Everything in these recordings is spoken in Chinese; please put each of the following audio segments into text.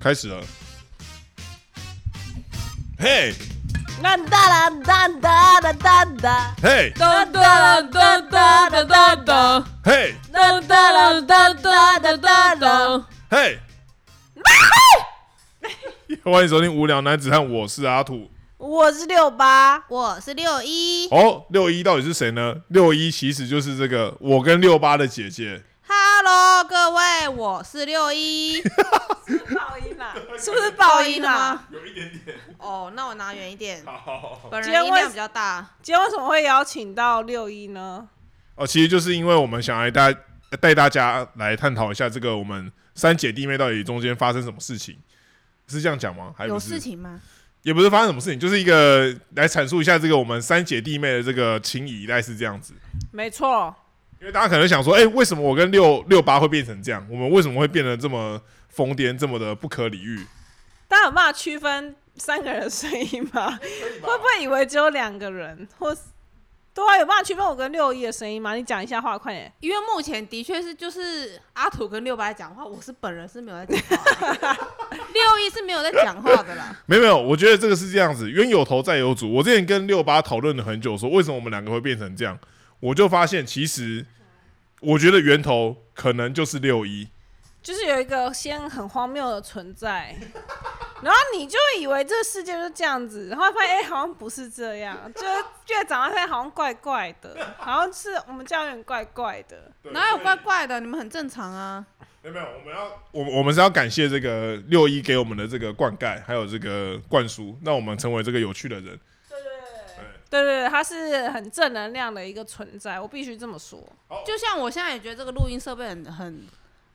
开始了。嘿，哒哒哒哒哒哒哒，嘿，哒哒哒哒哒哒哒，嘿，哒哒哒哒哒哒哒。嘿，欢迎收听《无聊男子汉》，我是阿土。我是六八，我是六一，哦，六一到底是谁呢？六一其实就是这个我跟六八的姐姐。 Hello，各位，我是六一， 爆音 啦，是不是爆音啊啦？？有一点点。哦，那我拿远一点，好。本今天人为音量比较大。今天为什么会邀请到六一呢？哦，其实就是因为我们想来大带大家来探讨一下这个我们三姐弟妹到底中间发生什么事情，是这样讲吗？还不有是事情吗？也不是发生什么事情，就是一个来阐述一下这个我们三姐弟妹的这个情谊，大概是这样子。没错，因为大家可能想说，哎、为什么我跟六六八会变成这样？我们为什么会变得这么疯癫，这么的不可理喻？大家有办法区分三个人的声音吗？会不会以为只有两个人，或是对啊？有办法区分我跟六一的声音吗？你讲一下话，快点。因为目前的确是就是阿土跟六白讲话，我是本人是没有在讲话 的，六一是没有在讲话的 啦。没有没有，我觉得这个是这样子，冤有头债有主。我之前跟六八讨论了很久，说为什么我们两个会变成这样，我就发现其实我觉得源头可能就是六一。就是有一个先很荒谬的存 在，然后你就以为这个世界就是这样子，然后发现哎、好像不是这样，就是越长大发现好像怪怪的，好像是我们家有点怪怪的。哪有怪怪的？你们很正常啊。没有，没有，我们要我们我们是要感谢这个六一给我们的这个灌溉，还有这个灌输，让我们成为这个有趣的人。 对对对，它是很正能量的一个存在，我必须这么 说。就像我现在也觉得这个录音设备很很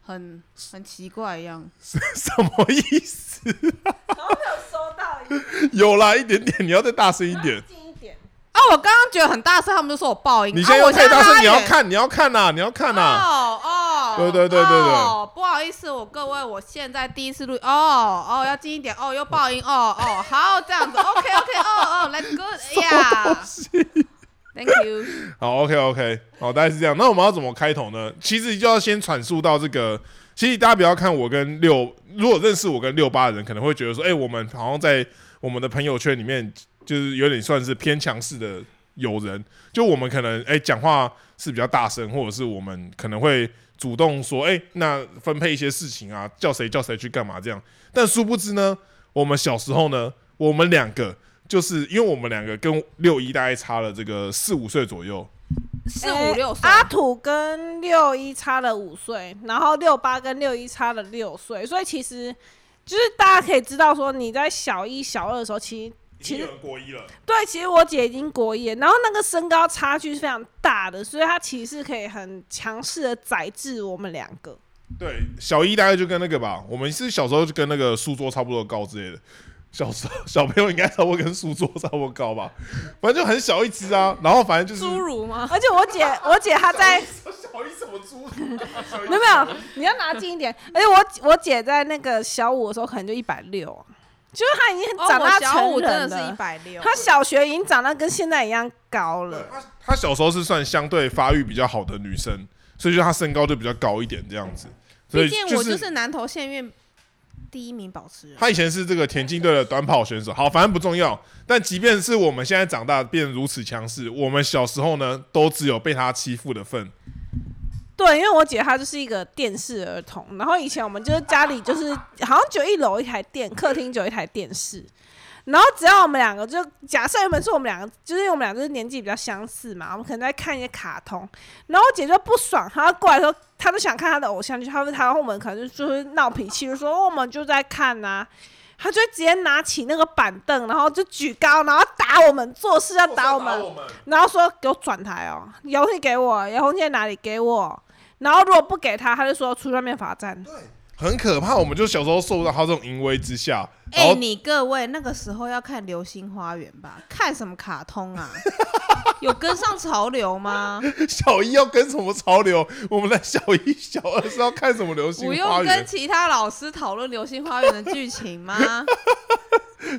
很很奇怪一样。什么意思？然后没有收到一个，有啦，一点点，你要再大声一点。近一点，啊，我刚刚觉得很大声，他们就说我爆 音。你现在啊又我太大拉声，你要远看，你要看呐，你要看呐。哦哦，对对对对对哦，不好意思，我各位，我现在第一次录，哦哦，要近一点，哦，又爆音，哦哦，好，这样子，OK OK，哦哦，Let's good，yeah，Thank you，好，OK OK，好，大概是这样。那我们要怎么开头呢？其实就要先阐述到这个。其实大家不要看我跟六，如果认识我跟六八的人，可能会觉得说，哎、我们好像在我们的朋友圈里面，就是有点算是偏强势的友人。就我们可能哎讲、话是比较大声，或者是我们可能会主动说，哎、那分配一些事情啊，叫谁叫谁去干嘛这样。但殊不知呢，我们小时候呢，我们两个就是因为我们两个跟六一大概差了这个四五岁左右，四五六岁，阿哎啊土跟六一差了五岁，然后六八跟六一差了六岁，所以其实就是大家可以知道说你在小一、小二的时候，其实其实国一了。对，其实我姐已经国一了，然后那个身高差距是非常大的，所以她其实是可以很强势的宰制我们两个。对，小一大概就跟那个吧，我们是小时候就跟那个书桌差不多高之类的。小时候 小朋友应该差不多跟书桌差不多高吧，反正就很小一只啊。然后反正就是侏儒吗？而且我姐，我姐她在小一什么猪？没有没有，你要拿近一点。而且我我姐在那个小五的时候可能就一百六，就是她已经哦，长大我小成五人真的是一了。百六，她小学已经长到跟现在一样高了， 他他小时候是算相对发育比较好的女生，所以就她身高就比较高一点这样子。所以毕竟我就是南投县院第一名保持人。他以前是这个田径队的短跑选手，好，反正不重要。但即便是我们现在长大变如此强势，我们小时候呢，都只有被他欺负的份。对，因为我姐她就是一个电视儿童，然后以前我们就是家里就是好像就一楼一台电，客厅就有一台电视，然后只要我们两个就假设原本是我们两个，就是我们俩就是年纪比较相似嘛，我们可能在看一些卡通，然后我姐就不爽，她过来说她就想看她的偶像剧，她会她我们可能就就是闹脾气，就说哦我们就在看呐、她就直接拿起那个板凳，然后就举高，然后打我们，做事要打我们，们，然后说给我转台哦，遥控器给我，遥控器在哪里给我？然后如果不给他，他就说出去外面罚站。很可怕。我们就小时候受到他这种淫威之下，然哎、后你各位那个时候要看《流星花园》吧？看什么卡通 啊？有跟上潮流吗？ 小一要跟什么潮流？我们的小一、小二是要看什么流行不花用跟园？其他老师讨论《流星花园》的剧 情吗？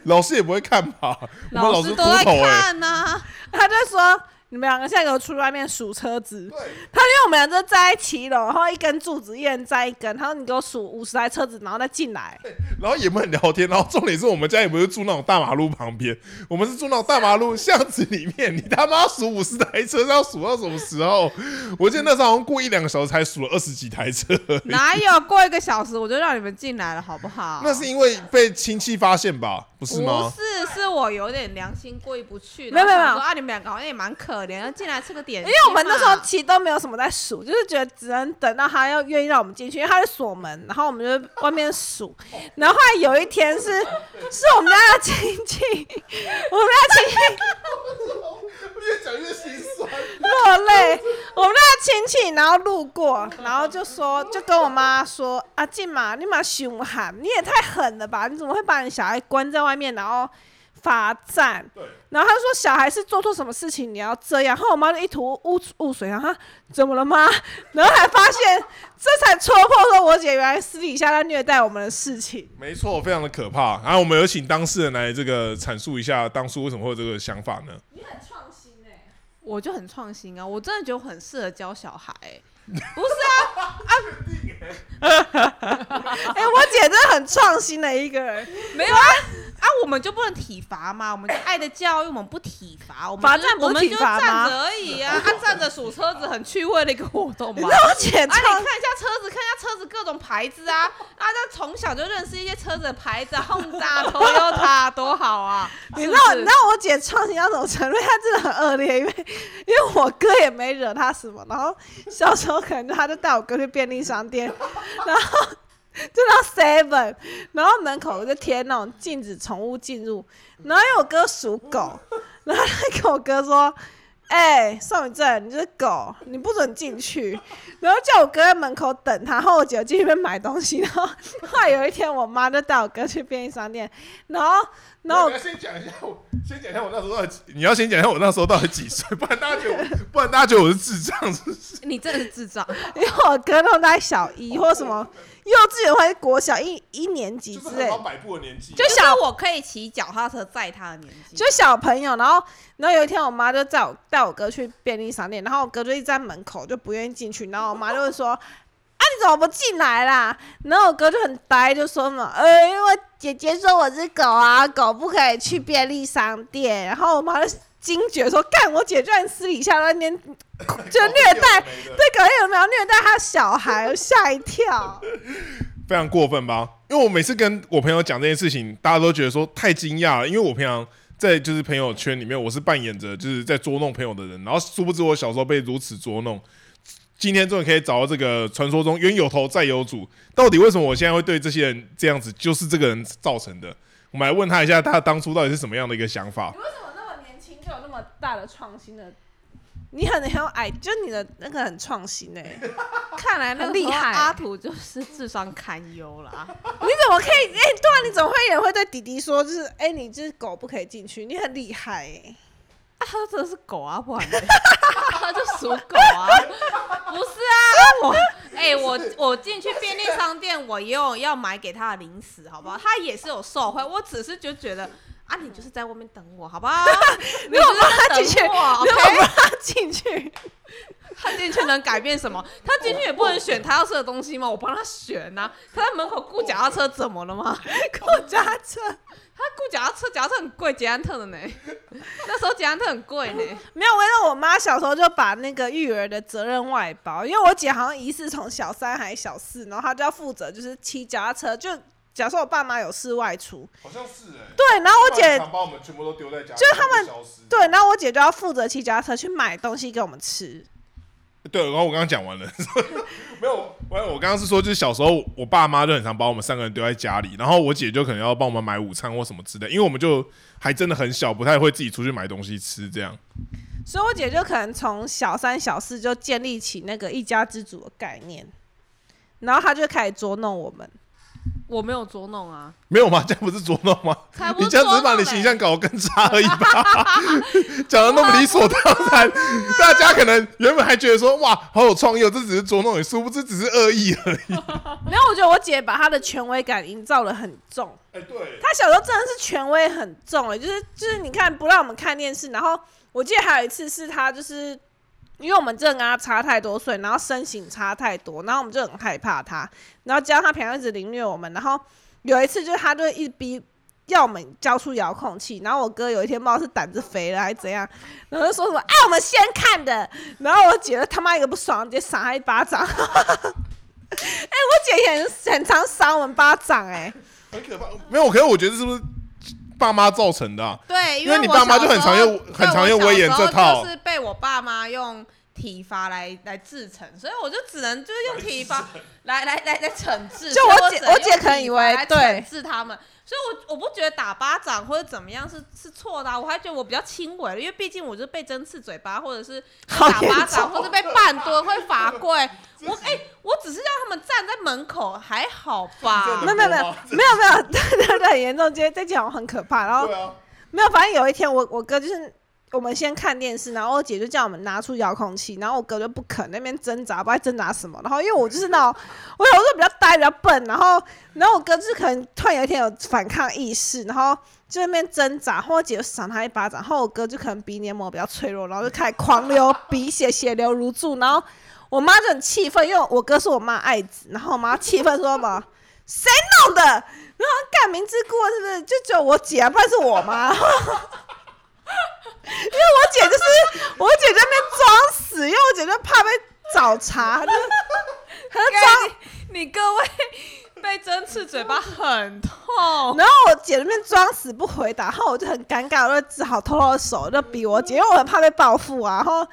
老师也不会看吧？我们师师秃都在头哎、 看呐、啊他就说你们两个现在给我出去外面数车子。对，他因为我们俩就站在骑楼，然后一根柱子，一人站一根。他说你给我数五十台车子，然后再进来。然后也不能聊天，然后重点是我们家也不是住那种大马路旁边，我们是住那种大马路巷子里面。你他妈数五十台车，要数到什么时候？哦我记得那时候好像过一两个小时才数了二十几台车，哪有过一个小时我就让你们进来了，好不好？ 那是因为被亲戚发现吧？不是不吗？是，是我有点良心过意不去。没有然后想没有说啊，你们两个好像也蛮可怜的，进来吃个点因心嘛。为我们那时候其实都没有什么在数，就是觉得只能等到他要愿意让我们进去，因为他是锁门，然后我们就外面数。然后后来有一天是是我们家的亲戚，我们家亲戚越讲越心酸。落泪。我们那个亲戚，然后路过，然后就说，就跟我妈说：“阿静嘛，你妈凶悍，你也太狠了吧？你怎么会把你小孩关在外面，然后罚站？”然后他说：“小孩是做错什么事情，你要这样。”然后我妈就一头雾雾水，然后她怎么了吗？然后还发现，这才戳破说我姐原来私底下在虐待我们的 事情。没错，非常的可怕。啊然后我们有请当事人来这个阐述一下当初为什么会有这个想法呢？你很创新哎、我就很创新啊，我真的觉得我很适合教小孩、欸 不是啊哎、我姐真的很创新的一个人。啊，没有啊，啊，我们就不能体罚吗？我们就爱的教育，我们不体罚，我们罚就站不是我们体就罚吗站着而已 啊，啊，站着数车子很趣味的一个活动你知嘛。道我姐 啊，你超看一下车子，看一下车子各种牌子啊， 啊，他从小就认识一些车子的牌子，Honda、Toyota 多好 啊！你是知不道是你知道我姐创新到什么程度？她真的很恶劣，因为因为我哥也没惹她什么，然后小时候可能她就带我哥去便利商店， 然后就到 Seven，然后门口就贴那种禁止宠物进入，然后因为我哥属狗，然后他跟我哥说。哎、宋宇正，你这狗，你不准进去。然后叫我哥在门口等他，然后我姐就进去那边买东西。然后 后来有一天，我妈就带我哥去便利商店，然后然后我你要先讲一下我，先讲一下我那时候到底几，你要先讲一下我那时候到底几岁，不然大家觉得我，不然大家觉得我是智障，是不是？你真的是智障， 因为我哥那种大概小一或什么幼稚园或者国小一一年级就是之很类好，摆布的年纪。啊就像我可以骑脚踏车载他的年纪，就小朋友。然后，然后有一天我妈就载我带我哥去便利商店，然后我哥就一直在门口就不愿意进去，然后我妈就会说：“啊，你怎么不进来啦？”然后我哥就很呆，就说嘛：“呃，因为姐姐说我是狗啊，狗不可以去便利商店。”然后我妈就惊觉说：“干，我姐居然私底下在那边就虐 待，欸对狗有没有虐待她小孩？”我吓一跳。非常过分吧？因为我每次跟我朋友讲这件事情，大家都觉得说太惊讶了，因为我平常在就是朋友圈里面，我是扮演着就是在捉弄朋友的人，然后殊不知我小时候被如此捉弄。今天终于可以找到这个传说中冤有头债有主，到底为什么我现在会对这些人这样子，就是这个人造成的。我们来问他一下，他当初到底是什么样的一个想法？你为什么那么年轻就有那么大的创新的？你很很有矮，就你的那个很创新哎、看来那那个厉时候害。阿土就是智商堪忧啦。你怎么可以？哎、对啊，你怎么会也会对弟弟说，就是哎、你这狗不可以进去？你很厉害哎、啊，他真的是狗啊，不然呢 他就属狗啊， 不是啊，我哎、我我进去便利商店，我也有要买给他的零食，好不好？他也是有受贿，我只是就觉得啊，你就是在外面等我，好不 好？你如果不让他进只是在去，如等我果不，OK？让他进去，他进去能改变什么？他进去也不能选他要吃的东西吗？我帮他选呐、他在门口雇脚踏车怎么了吗？ 我抓车。他雇脚踏车，脚踏车很贵，捷安特的呢。那时候捷安特很贵呢。没有，我让我妈小时候就把那个育儿的责任外包，因为我姐好像疑似从小三还是小四，然后她就要负责就是骑脚踏车，就假设我爸妈有事外出，好像是哎、对，然后我姐把我们全部都丢在家，就是他们消失。对，然后我姐就要负责骑脚踏车去买东西给我们吃。对，然后我刚刚讲完了， 没有，我我刚刚是说，就是小时候我爸妈就很常把我们三个人丢在家里，然后我姐就可能要帮我们买午餐或什么之类，因为我们就还真的很小，不太会自己出去买东西吃这样。所以我姐就可能从小三、小四就建立起那个一家之主的概念，然后她就开始捉弄我们。我没有捉弄啊，没有吗？ 这样不是捉弄吗？才不你是这样只是把你捉弄嘞形象搞得更差而已 吧，讲的那么理所当然，大家可能原本还觉得说哇好有创意，哦，这只是捉弄你，殊不知只是恶意而已。没有，我觉得我姐把她的权威感营造的很重。哎，对，她小时候真的是权威很重哎，就是就是你看不让我们看电视，然后我记得还有一次是她就是。因为我们真的跟她差太多岁，然后身形差太多，然后我们就很害怕她，然后加上她平常一直凌虐我们，然后有一次就是她就一直逼要我们交出遥控器，然后我哥有一天不知道是胆子肥了还是怎样，然后就说什么哎我们先看的，然后我姐就他妈一个不爽，直接赏他一巴掌。哎、 我姐也很很常赏我们巴掌哎、很可怕。没有，可是我觉得这是不是爸妈造成的、啊？对，因为为你我爸妈小就很时常候用对很我常用小威时严候这套就是被我爸妈用体罚来来制惩，所以我就只能就是用体罚来来来来惩治。就所以我我姐只能我姐用可能体以罚为来对惩治他们，所以我我不觉得打巴掌或者怎么样是是错的啊、我还觉得我比较轻微的，因为毕竟我就是被针刺嘴巴，或者是好打严巴掌，重啊或者被绊蹲会罚 跪。我哎、我只是让他们站在门口，还好吧真没的？有没有多吗没有没有没有，对对对，很严重，今天这讲很可怕。然后对啊，没有，反正有一天我我哥就是我们先看电视，然后我姐就叫我们拿出遥控器，然后我哥就不肯那边挣扎，不知道在挣扎什么。然后因为我就是那 种我有时候比较呆比较笨，然后然后我哥就是可能突然有一天有反抗意识，然后。就在那边挣扎，然后我姐就赏他一巴掌，然后我哥就可能鼻黏膜比较脆弱，然后就开始狂流鼻血，血流如注，然后我妈就很气愤，因为我哥是我妈爱子，然后我妈气愤说什么谁弄的，然后干明知故问是不是？就只有我姐、啊，不然是我妈。因为我姐就是我姐在那边装死，因为我姐就怕被找茬，就是她就装你各位被针刺嘴巴很痛。然后我姐那边装死不回答，然后我就很尴尬，我就只好偷偷的手就比我姐，因为我很怕被报复啊，然后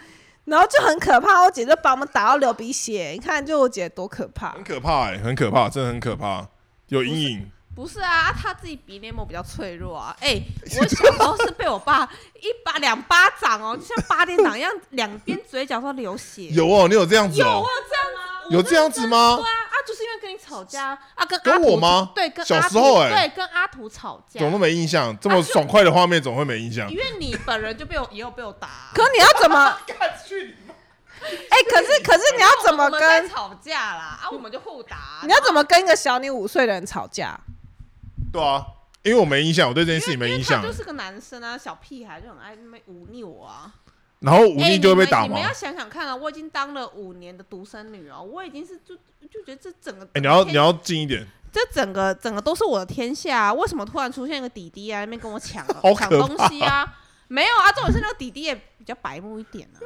然后就很可怕，我姐就把我们打到流鼻血，你看就我姐多可怕很。可怕哎、欸很可怕，真的很可怕，有阴影。不是啊，他自己鼻黏膜比较脆弱啊。哎、 我小时候是被我爸一巴两巴掌哦，就像八点档一样，两边嘴角都流血。有哦，你有这样子有啊哦我？有这样吗？有这样子吗对啊啊，就是因为跟你吵架啊，跟跟阿图我吗对，跟小阿时候图哎对，跟阿图吵架怎么，都没印象？啊这么爽快的画面，怎么会没印象因？为你本人就被我也有被我打啊、可你要 怎么？哎、可是可是你要怎么我们在跟吵架啦？啊，我们就互打啊、你要怎么跟一个小你五岁的人吵架？对啊，因为我没印象，我对这件因事情为没因为印他象就。是个男生啊，小屁孩就很爱那么忤逆我啊。然后武哎，力就会被打你吗们？你们要想想看啊，我已经当了五年的独生女哦，我已经是就就觉得这整个哎，你要天你要近一点，这整个整个都是我的天下、啊，为什么突然出现一个弟弟啊，那边跟我抢 好抢可怕东西啊？ 没有啊，重点是那个弟弟也比较白目一点啊，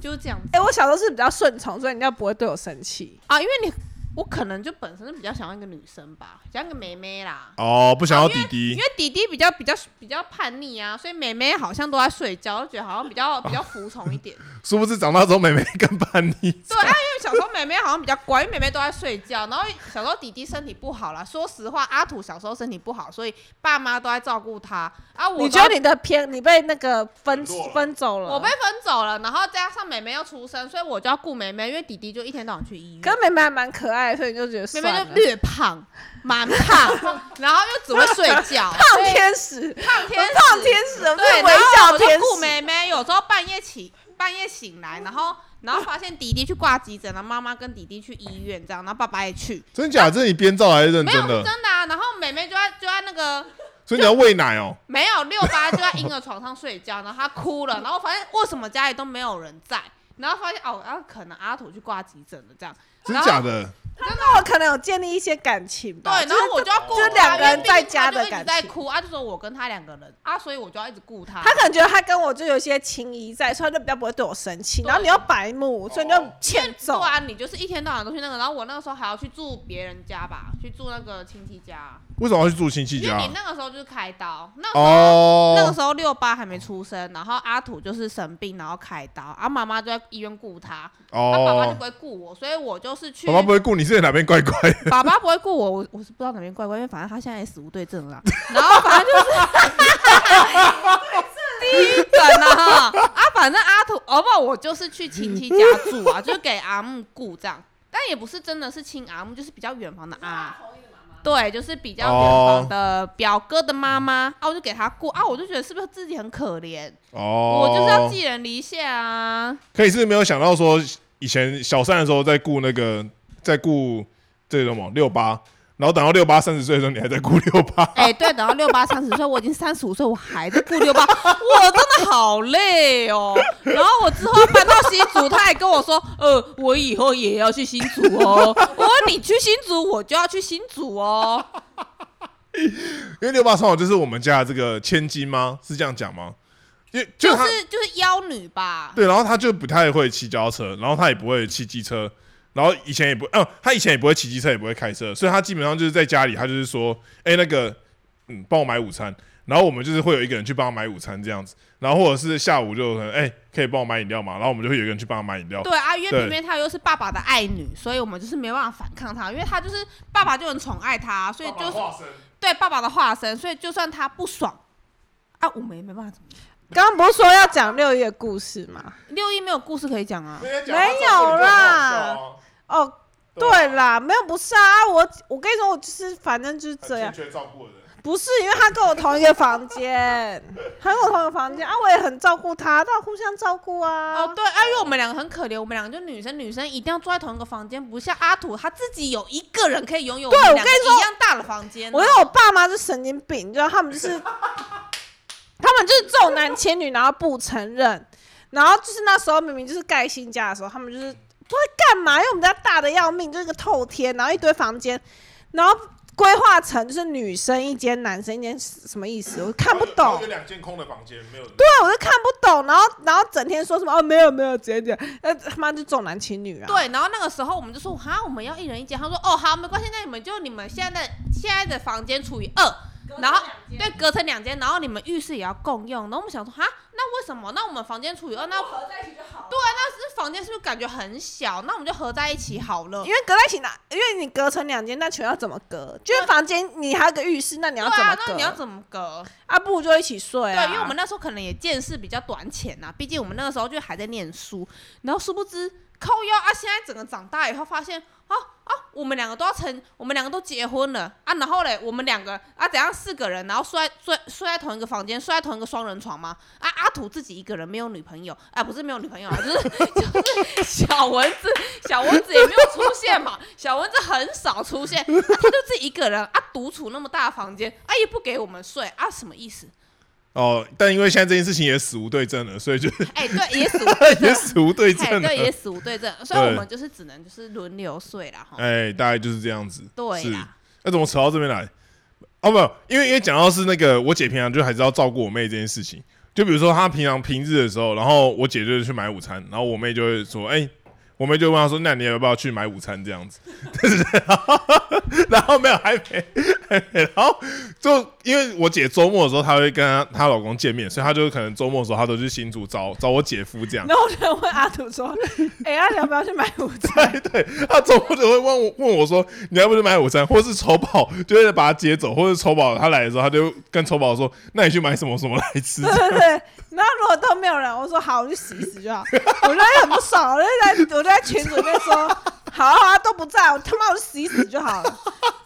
就是这样子哎、我小时候是比较顺从，所以人家不会对我生气。啊，因为你我可能就本身就比较想要一个女生吧，想要一个妹妹啦。哦，不想要弟啊因弟为，弟弟比较比较比较叛逆啊，所以妹妹好像都在睡觉，就觉得好像比较比较服从一点。殊不知长大之后妹妹更叛逆。对啊，因为小时候妹妹好像比较乖，因为妹妹都在睡觉，然后小时候弟弟身体不好啦。说实话，阿土小时候身体不好，所以爸妈都在照顾他啊。我你都觉得你的偏，你被那个分冷落了分走了？我被分走了，然后加上妹妹又出生，所以我就要顾妹妹，因为弟弟就一天到晚去医院跟。妹妹还蛮可爱的，所以你就觉得妹算妹了。就略胖，蛮胖，然后又只会睡觉，胖天使，胖天使胖天使， 不对，是微然后笑我就天顾使。妹妹，有时候半夜起半夜醒来，然后然后发现弟弟去挂急诊，然后妈妈跟弟弟去医院这样，然后爸爸也去，真假？这是你编造还是认没有真是的？真的啊。然后妹妹就在就在那个所以你要喂奶哦。没有六八就在婴儿床上睡觉，然后她哭了，然后发现为什么家里都没有人在，然后发现哦，然、后可能阿土去挂急诊了这样，真然后假的？那我可能有建立一些感情对，吧。然后我就要顾就是她两因个为人毕竟在家她就的一直感在情哭，啊，就说我跟他两个人啊，所以我就要一直顾他。他可能觉得他跟我就有一些情谊在，所以他就比较不会对我生气。对哦然后你又白目，所以你就欠不揍。然啊你就是一天到晚都去那个，然后我那个时候还要去住别人家吧，去住那个亲戚家，为什么要去住亲戚因为家你？那个时候就是开刀，那个时候、那个哦，时候六八还没出生，然后阿土就是生病，然后开刀，啊妈妈就在医院顾他，他、爸爸就哦不，会顾我，所以我就是去爸爸不会顾你是哪边怪怪的， 爸爸不会顾我，我我是不知道哪边怪怪，因为反正他现在也死无对证了啦。 然后反正就是 第一等啊，啊，反正阿土，哦不，我就是去亲戚家住 啊，就是给阿木顾这样，但也不是真的是亲阿木，就是比较远房的阿。对，就是比较远房的表哥的妈妈、啊，我就给他过啊，我就觉得是不是自己很可怜？哦，我就是要寄人篱下啊。可以是没有想到说，以前小三的时候在顾那个，在顾这个什么六八，然后等到六八三十岁的时候，你还在顾六八， 哎、对，等到六八三十岁，我已经三十五岁，我还在顾六八， 我真的好累哦。然后我之后要搬到新竹，他还跟我说，呃，我以后也要去新竹哦。 我说你去新竹，我就要去新竹哦。因为六八刚好就是我们家的这个千金吗？是这样讲吗？因为就就他、是就是妖女吧，对，然后他就不太会骑脚踏车，然后他也不会骑机车，然后以前也不，嗯，他以前也不会骑机车，也不会开车，所以他基本上就是在家里，他就是说，哎、那个，嗯，帮我买午餐，然后我们就是会有一个人去帮他买午餐这样子，然后或者是下午就可能，哎、可以帮我买饮料嘛，然后我们就会有一个人去帮他买饮料，对啊，因为对偏偏她又是爸爸的爱女，所以我们就是没办法反抗她，因为她就是爸爸就很宠爱她，所以就是对爸爸的化身，所以就算她不爽啊，我们也没办法怎么样。刚刚不是说要讲六一的故事吗？六一没有故事可以讲啊，没有啦啊哦，对啦，没有不是啊，我我跟你说，我就是反正就是这样，缺照顾的人。不是因为他跟我同一个房间，他跟我同一个房间啊，我也很照顾他，但互相照顾啊。哦，对，啊，因为我们两个很可怜，我们两个就女生，女生一定要住在同一个房间，不像阿土，他自己有一个人可以拥有对们我两个跟你说一样大的房间呢。我跟我爸妈是神经病，你知道他们就是， 他们就是重男轻女，然后不承认，然后就是那时候明明就是盖新家的时候，他们就是不会干嘛，因为我们家大的要命，就是个透天，然后一堆房间，然后规划成就是女生一间，男生一间，什么意思？我看不 懂。两间空的房间，没有人。对，我就看不懂，然后然后整天说什么哦没有没有，直接讲，呃他妈就重男轻女啊。对，然后那个时候我们就说，哈，我们要一人一间。他说，哦，好，没关系，那你们就你们现在的现在的房间除以二，然后对，隔成两间，然后你们浴室也要共用。然后我们想说，哈，那为什么？那我们房间除以二，那合在一起就好。对，那是房间是不是感觉很小？那我们就合在一起好了因。为隔在一起呢，因为你隔成两间，那全要怎么隔？就是房间你还有个浴室，那你对要怎么啊，隔？那你要怎么隔？啊，不如就一起睡啊。对，因为我们那时候可能也见识比较短浅呐、毕竟我们那个时候就还在念书，然后殊不知靠腰啊，现在整个长大以后发现啊啊，我们两个都要成，我们两个都结婚了啊，然后嘞，我们两个啊怎样四个人，然后睡在睡睡在同一个房间，睡在同一个双人床吗？啊，阿土自己一个人没有女朋友，啊，不是没有女朋友啊，就是 就是小蚊子，小蚊子也没有出现嘛，小蚊子很少出现，啊、他就自己一个人啊，独处那么大的房间，啊也不给我们睡啊，什么意思？哦，但因为现在这件事情也死无对证了，所 以就哎、 对，也死无对也证，死无对哎，证了对，。也死无对证，所以我对们就是只能就是轮流睡啦，哈。哎，大概就是这样子。对是啦，那怎么扯到这边来？哦，不，因为因为讲到是那个我姐平常就还是要照顾我妹这件事情。就比如说她平常平日的时候，然后我姐就是去买午餐，然后我妹就会说：“哎、我妹就问她说，那你要不要去买午餐这样子？” 然后没有还没，还没然后就因为我姐周末的时候，她会跟她她老公见面，所以她就可能周末的时候，她都去新竹找找我姐夫这样。 然后我就问阿土说：“哎、阿土要不要去买午餐 对对，他总不能会问我问我说你要不要去买午餐，或是丑宝就会把他接走，或是丑宝他来的时候，他就跟丑宝说，那你去买什么什么来？”吃 对。对对。然后如果都没有人，我说好，我去洗一洗就好。我就很不爽，我就在我就在群组里面说：“好啊好啊，都不在，我他妈我去洗一洗就好了。”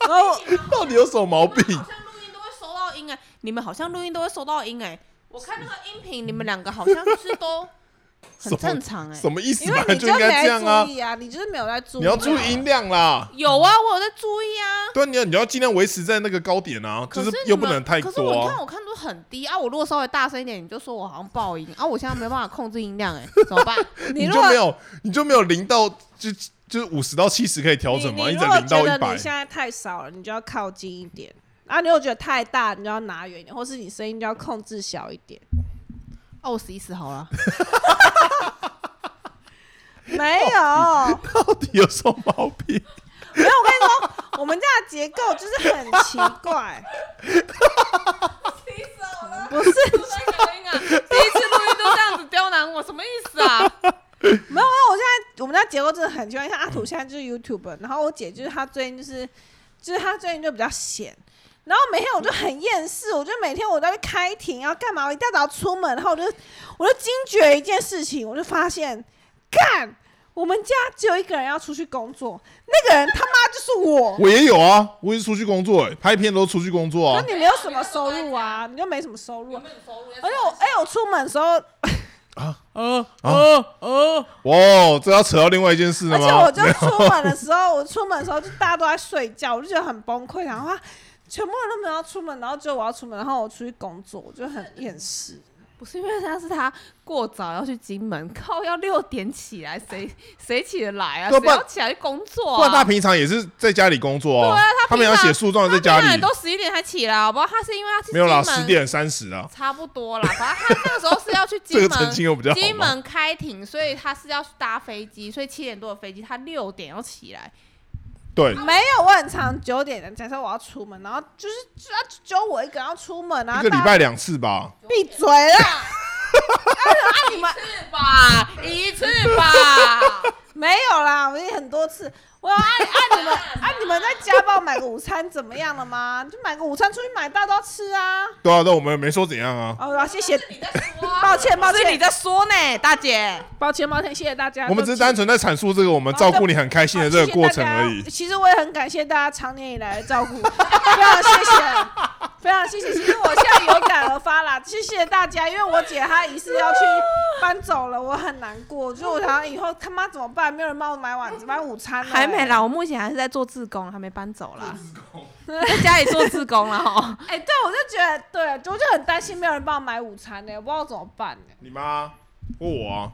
然 后我到底有什么毛 病？好像录音都会收到音哎、你们好像录音都会收到音哎、我看那个音频，你们两个好像就是都 什很么正常哎、什么意思欸因嘛为？你就没应该这样在啊注！意啊，你就是没有在注意、啊你要注意音量啦，有啊，我有在注意啊。对啊，你要你要尽量维持在那个高点啊，可就是你又不们能太可是我多、看啊。我看都很低啊，我如果稍微大声一点，你就说我好像爆音啊，我现在没办法控制音量哎、怎 么办？你你如就果没有，你就没有零到就就是五十到七十可以调整嘛，你一直你如果零觉到得一你百。现在太少了，你就要靠近一点。啊，你如果觉得太大，你就要拿远一点，或是你声音就要控制小一点。哦，我死一死好了。没有，到底 有什么毛病？没有，我跟你说，我们家的结构就是很奇怪。不是， 第一次录音都这样子刁难我，什么意思啊？没有，因为我现在我们家结构真的很奇怪。像阿土现在就是 YouTube，然后我姐就是她最近就是，就是她最近就比较闲。然后每天我就很厌世，我就每天我都在开庭要干嘛？我一大早出门，然后我就我就惊觉一件事情，我就发现，干，我们家只有一个人要出去工作，那个人他妈就是我。我也有啊，我也是出去工作、欸，拍片都出去工作那啊。你没有什么收入啊，你就没什么收入、啊。没有收入？而且我，哎、我出门的时候，呃呃呃，哇，哦这要扯到另外一件事了而且吗我？就出门的时候，我出门的时候就大家都在睡觉，我就觉得很崩溃，然后啊全部人都没有要出门，然后只有我要出门，然后我出去工作，我就很厌世。不是因为他是他过早要去金门，靠，要六点起来，谁谁起得来啊？对谁哎不然要起来去工作不然啊他？平常也是在家里工作哦对啊他他们平要常写诉状在他家当然里，都十一点才起来，好不好？他是因为他去没有啦，金十门点三十啊，差不多啦，反正他那个时候是要去 这金个澄门，清又比较好金吗？门开庭，所以他是要去搭飞机，所以七点多的飞机，他六点要起来。对，没有，我很常九点的，假设我要出门，然后就是就要只有我一个人要出门啊，一个礼大家拜两次吧。闭嘴啦！是吧？一次吧。没有啦，我也很多次，我有啊啊你们啊你们在家帮我买个午餐怎么样了吗？就买个午餐出去买，大家都要吃啊。对啊，但我们没说怎样啊。哦，谢谢，你在说啊 抱歉抱是歉你在说呢，大姐。抱歉抱歉，谢谢大家。我们只对不是起单纯在阐述这个我们照顾你很开心的这个过程而好谢谢已大家。其实我也很感谢大家常年以来的照顾，非常谢谢，非常谢谢。其实我现在有感而发啦，谢谢大家，因为我姐她疑似要去搬走了，我很难过。就我想以后他妈怎么办？没有人帮我买晚买午餐了、还没啦，。我目前还是在做志工，还没搬走啦。 在家里做志工了哈。哎、对，我就觉得，对，我就很担心没有人帮我买午餐呢、我不知道怎么办呢、你妈或我啊？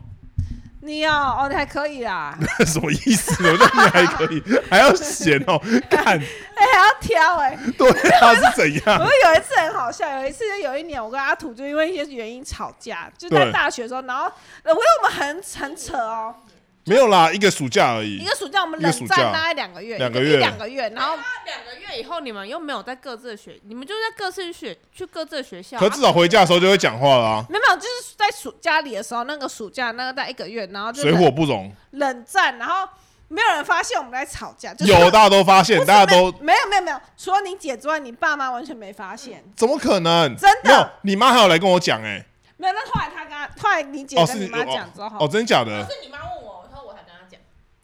你哦，哦，你还可以 啦，什么意思？我觉得你 还可以，还要闲哦，干哎、还要挑哎、对啊是怎 我样？有一次很好笑，有一次就有一年我跟阿土就因为一些原因吵架，就在对大学的时候，然后呃我因为我们很很扯哦，没有啦，一个暑假而一已。个暑假我们一个冷暑战假大概两个月，两一个月一两个月，然 然后后两个月以后，你们又没有在各自的学，你们就在各自学去各自的学校。啊可至少回家的时候就会讲话啦、没有没有就是在暑家里的时候，那个暑假那个在一个月，然后就水冷火不容。冷战，然后没有人发现我们在吵架，就是有大家都发不现，是大家都没没有没有没有，除了你姐之外，你爸妈完全没发现，怎么可能？真的没有，你妈还有来跟我讲哎、没有。那后来他跟他后来你姐哦跟是你妈讲之哦后，真假的？你妈问我，然后我才跟她讲。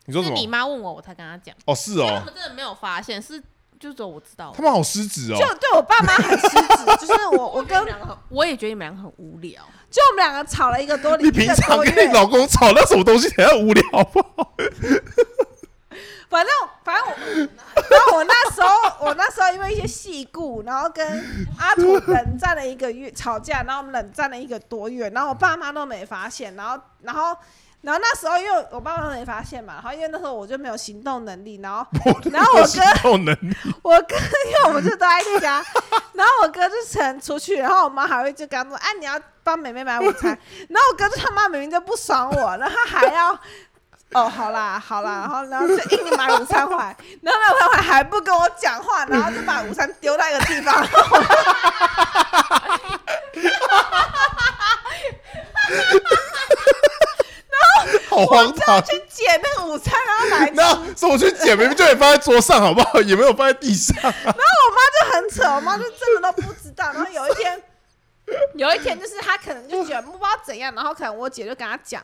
你说什是你么？妈问我，我才跟她讲。哦是因为他哦，啊们真的没有发现，是就只有我知道。他们好失职哦就。对我爸妈很失职，就是我我跟两个很， 我也觉得你们两个很无聊。就我们两个吵了一个多你一平个常多跟你月，老公吵那什么东西，还要无聊好不好？反正反正 我，然后我那时候我那时候因为一些细故，然后跟阿土冷战了一个月，吵架，然后我们冷战了一个多月，然后我爸妈都没发现，然后然后。然后那时候因为我爸妈没发现嘛，然后因为那时候我就没有行动能力，然后然后我哥有能力，我哥，因为我们就都在家， 然后我哥就成出去，然后我妈还会就跟他说：“哎、你要帮妹妹买午餐。” 然后我哥就他妈明明就不爽我，然后他还要。 哦，好啦，好啦，然后然后就硬硬买午餐回来， 然后那午餐回来还不跟我讲话，然后就把午餐丢到一个地方，好荒唐。 去捡那个午餐，然后来吃。然那是我去捡，明明就得放在桌上好不好？也没有放在地 上。后我妈就很扯，我妈就真的都不知 道。然后有一天，有一天就是她可能就觉得不知道怎样，然后可能我姐就跟她讲，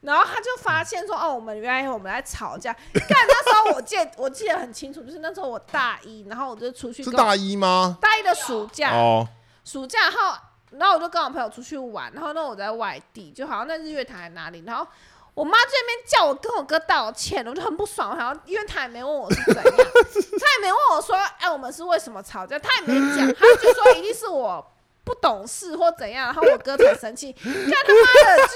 然后她就发现说，哦，我们原来我们在吵架。但那时候我记得我记得很清楚，就是那时候我大一，然后我就出去是跟我大一吗？大一的暑假，哦，暑假后，然后我就跟我朋友出去玩，然后呢我在外地，就好像在日月潭还是哪里，然后我妈这边叫我跟我哥道歉，我就很不爽，我好像因为她也没问我是怎样，她也没问我说，哎，我们是为什么吵架，她也没讲，她就说一定是我不懂事或怎样，然后我哥才生气，干他妈的就。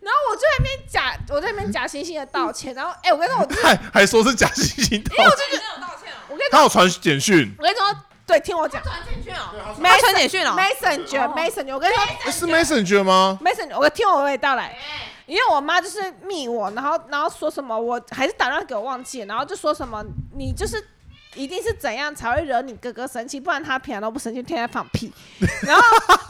然后我就在那边假，我在那边假惺惺的道歉，然后哎、我跟你说，我还还说是假惺惺的，因为我就觉得道歉哦，我跟你说，他有传简讯，我跟你说，对，听我讲传简讯哦，没没传简讯哦。 ，messenger，messenger，我跟你说，哎是 Messenger 吗？ Messenger，我听我娓娓道来，因为我妈就是密我，然后然后说什么，我还是打电话给我忘记了，然后就说什么你就是一定是怎样才会惹你哥哥生气，不然他平常都不生气，天天放屁。然后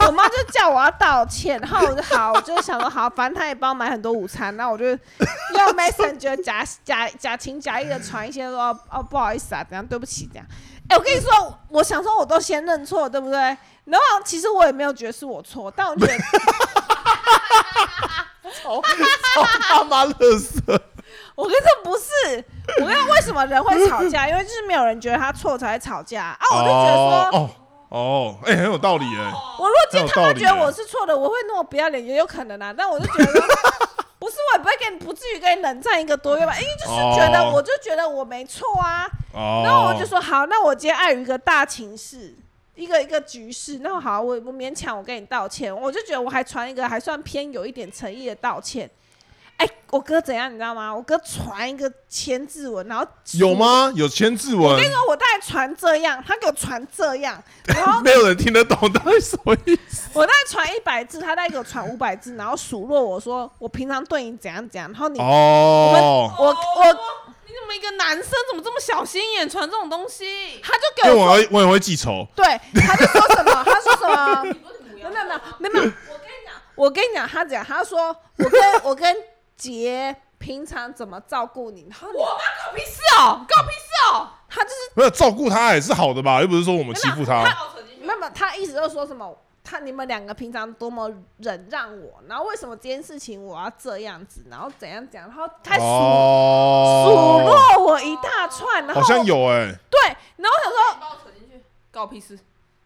我妈就叫我要道歉，然后我就好，我就想说好，反正她也帮我买很多午餐，然后我就用 Messenger 假假假情假意的传一些说哦哦不好意思啊，怎样对不起这样。哎、我跟你说，我想说我都先认错，对不对？然后其实我也没有觉得是我错，但我觉得哦操操他妈乐色！我跟这不是，我跟为什么人会 吵架？因为就是没有人觉得他错才会吵架啊！我就觉得说，哦哦，哎、很有道理哎、我如果今天他很有道们理觉得耶我是错的，我会那么不要脸，也有可能啊。但我就觉得说， 不是，我也不会跟你不至于跟你冷战一个多月吧，因为就是觉得，哦我就觉得我没错啊。哦，然后我就说好，那我今天碍于一个大情势，一个一个局势，那好，我我勉强我跟你道歉，我就觉得我还传一个还算偏有一点诚意的道歉。哎、我哥怎样你知道吗？我哥传一个千字文，然后有？吗？有千字文，因为我大概传这样，他给我传这样，然 后没有人听得懂到底什么意思。我大概传一百字，他大概给我传五百字，然后数落我说我平常对你怎样怎样，然后你、哦，我我你怎么一个男生怎么这么小心眼传这种东西？他就因给为我我说也我也会记仇。对，他就说什么？ 他说什么？不是母没有没有没有没有，我跟你讲，我跟你讲，他讲，他说我跟我跟杰平常怎么照顾你，然后你我妈狗屁事哦，狗屁事哦。他就是没有照顾他也是好的吧，又不是说我们欺负他。那么他一直就说什么？他你们两个平常多么忍让我，然后为什么这件事情我要这样子，然后怎样怎样，然后开始数、数哦，落我一大串，然后好像有哎、对，然后我想说把我扯进去，搞我屁事！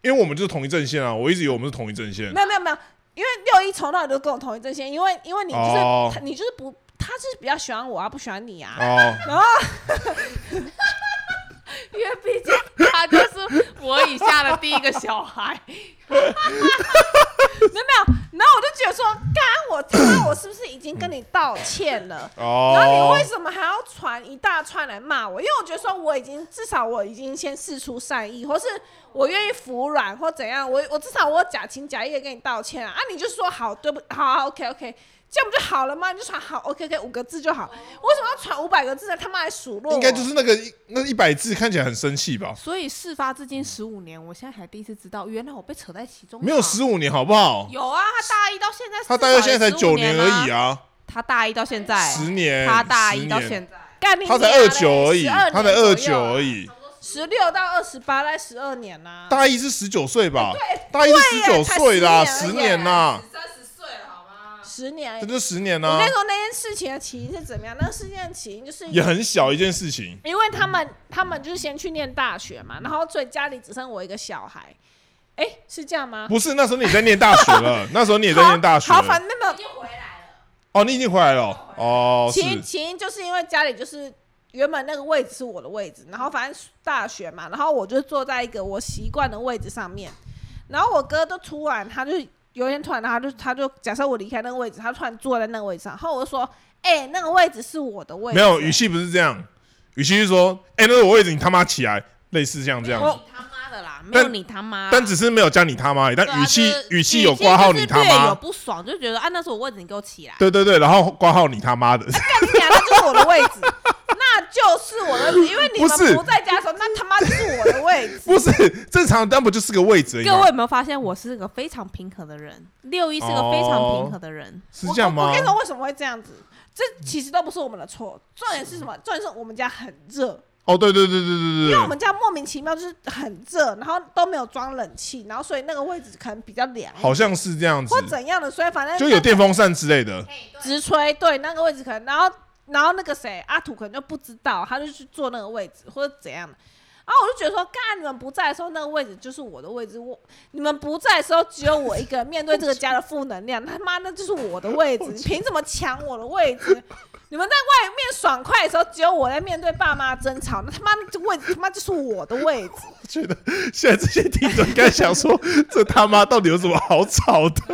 因为我们就是同一阵线啊，我一直以为我们是同一阵线没。有没有没有，因为六一从头到尾都跟我同一阵线，因为因为你就是、哦他你就是不，他就是比较喜欢我啊，不喜欢你啊，哦，然后。因为毕竟他就是我以下的第一个小孩，没有没有，然后我就觉得说，刚我听到我是不是已经跟你道歉了？哦，然后你为什么还要传一大串来骂我？因为我觉得说我已经至少我已经先试出善意，或是我愿意服软或怎样，我我至少我假情假意的跟你道歉啊，啊你就说好对不好好 OK OK，这样不就好了吗？你就传好 OK OK 五个字就好，为什么要传五百个字呢？他妈还数落我，应该就是那个一那一百字看起来很生气吧？所以事发至今十五年，我现在才第一次知道，原来我被扯在其中。啊没有十五年好不好？有啊，他大一到现在，他大约现在才九年而已啊，啊，他大一到现在，十年，啊他大一到十年现在，干你他才娘嘞二九而已， 12他才年二左九右啊而，已，十六到二十八，大概十二年啦、大一是十九岁吧？哎大一是十九岁啦，才十10年年啦，三十岁了好吗？十年哎而已这。就十年我啦跟你，说那件事情的起因是怎么样？那个事件的起因就是也很小一件事情。因为他们他们就是先去念大学嘛，然后所以家里只剩我一个小孩。哎、是这样吗？不是那时候你在念大学了，那时候你也在念大学好，。好反正没有回来了，哦，你已经回来了哦哦，起因是起因就是因为家里就是原本那个位置是我的位置，然后反正大学嘛，然后我就坐在一个我习惯的位置上面，然后我哥都突然他就有一天突然他就他就假设我离开那个位置，他突然坐在那个位置上，然后我就说，哎、那个位置是我的位置，没有语气不是这样，语气是说，哎，那是我位置，你他妈起来，类似像这样子。他妈的啊啦，没但有你他妈啦，但只是没有加你他妈而已，但对啊语气就是语气气有挂号就是你他略有妈，不爽，就觉得啊，那是我位置，你给我起 来。对对对，然后挂号你他妈的，你啊，那就是我的位置， 那就是我的位置，因为你不是们不在家的时候，那他妈就是我的位置。不 是正常，但不就是个位置而已各吗位？有没有发现，我是个非常平和的人？六一是个非常平和哦的人，是这样我吗我跟？你说为什么会这样子，这其实都不是我们的错，重点是什么？重点是我们家很热，哦，对对对对对对因为我对，们家莫名其妙就是很热，然后都没有装冷气，然后所以那个位置可能比较凉，好像是这样子或，怎样的，所以反正就有电风扇之类的。直吹，对那个位置可能，然后然后那个谁阿土可能就不知道，他就去坐那个位置或者怎样的。然后我就觉得说，刚才你们不在的时候，那个位置就是我的位置。我你们不在的时候，只有我一个人面对这个家的负能量。他妈，那就是我的位置，你凭什么抢我的位置？你们在外面爽快的时候，只有我在面对爸妈争吵。那他妈那位置，他妈就是我的位置。我觉得现在这些听众应该想说，这他妈到底有什么好吵的？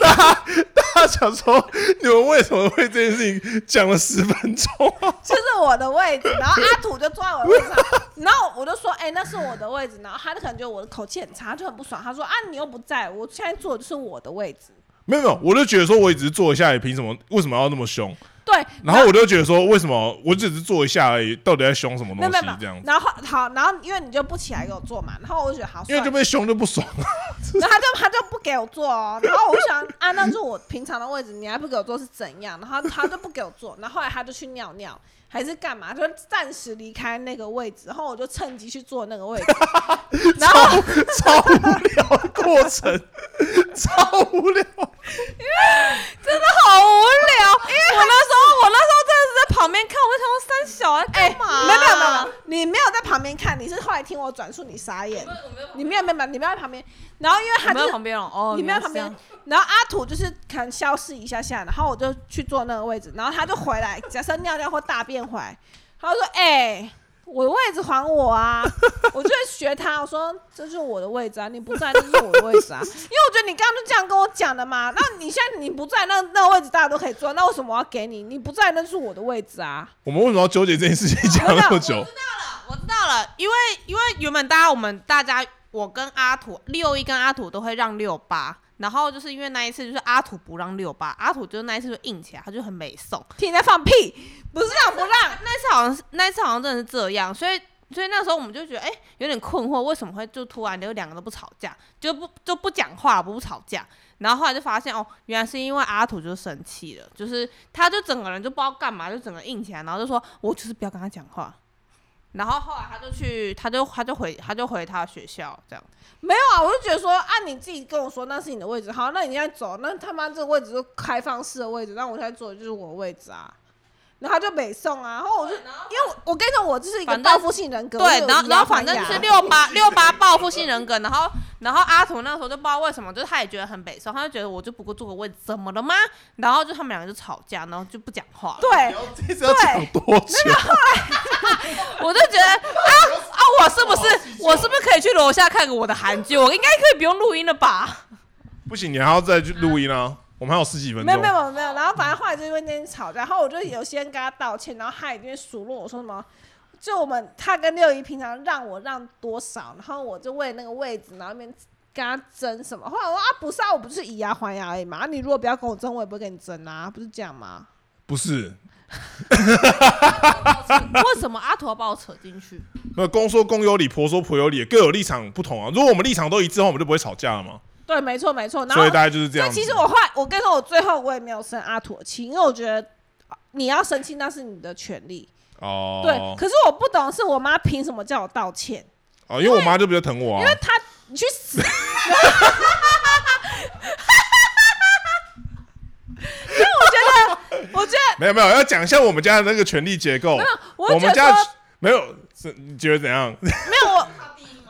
大家大家想说，你们为什么会这件事情讲了十分钟？啊就是我的位置，然后阿土就坐在我的位置上， 然后我就说，哎、那是我的位置，然后他就可能觉得我的口气很差，就很不爽，他说啊，你又不在，我现在坐的就是我的位置，没有没有，我就觉得说，我也只是坐一下，也凭什么？为什么要那么凶？对，然后我就觉得说，为什么我只是坐一下而已，到底在凶什么没有东没有西没有，这样子？然后好，然后因为你就不起来给我坐嘛，然后我就觉得 好，因为就算了被凶就不爽啊。然后他就他就不给我坐哦，然后我就想啊，那是我平常的位置，你还不给我坐是怎样？然后他就不给我坐，然 后后来他就去尿尿还是干嘛，就暂时离开那个位置，然后我就趁机去坐那个位置，然后。超无聊的过程，超无聊。真的好无聊。因为我那时候，我那时候真的是在旁你们要没有，你们要在旁边。然后因为他你就们在是旁边哦，哦，你们原在来是旁这边样，然后阿土就是可能消失一下下，然后我就去坐那个位置，然后他就回来，假设尿尿或大便回来，他就说：“哎、我的位置还 我啊！”我就会学他，我说：“这就是我的位置啊，你不在，这是我的位置啊。”因为我觉得你刚刚就这样跟我讲的嘛，那你现在你不在，那那个位置大家都可以坐，那为什么我要给你？你不在，那就是我的位置啊。我们为什么要纠结这件事情讲那么久？我知道了，因为因为原本大家我们大家，我跟阿土六一跟阿土都会让六八，然后就是因为那一次就是阿土不让六八，阿土就是那一次就硬起来，他就很美送。听你在放屁，不是让不让，那一次好像是那一次好像真的是这样，所以所以那时候我们就觉得哎、有点困惑，为什么会就突然就两个都不吵架，就不就不讲话不吵架，然后后来就发现哦，原来是因为阿土就生气了，就是他就整个人就不知道干嘛，就整个硬起来，然后就说我就是不要跟他讲话。然后后来他就去，他就他就回他就回他学校这样。没有啊，我就觉得说，啊，你自己跟我说那是你的位置，好，那你现在走，那他妈这个位置就开放式的位置，那我现在坐的就是我的位置啊。然后他就北送啊，然后我就因为我我跟你说，我就是一个反正报复性人格，我对有，然后以然牙后还反正就牙是六 八六八报复性人格，然后然后阿土那时候就不知道为什么，就是他也觉得很北宋，他就觉得我就不过坐个位置，怎么了吗？然后就他们两个就吵架，然后就不讲话。对，这是要讲多久？ 我就觉 得啊啊，我是不是我是不是可以去楼下看个我的韩剧？我应该可以不用录音了吧？ 不行，你还要再去录音啊！我们还有十几分没有钟没。有没有，然后反正后来就因为那天吵架，然后我就有先跟他道歉，然后他也因为数落我说什么，就我们他跟六一平常让我让多少，然后我就为那个位置，然后那边跟他争什么，后来我说啊不是啊，我不是以牙还牙而已嘛，啊你如果不要跟我争，我也不会跟你争啊，不是这样吗？不是，为什么阿土要把我扯进去？那公说公有理，婆说婆有理，各有立场不同啊。如果我们立场都一致的话，我们就不会吵架了嘛。对，没错没错，然所后以大概就是这所样以子。其实我后来我跟你说，我最后我也没有生阿土的气，因为我觉得。你要生气那是你的权利，哦，对。可是我不懂，是我妈凭什么叫我道歉？哦，因为我妈就比较疼我啊因为。他你去死！因为我觉得，我觉得没有没有，要讲一下我们家的那个权力结构。我觉得们家说没有是你觉得怎样？没有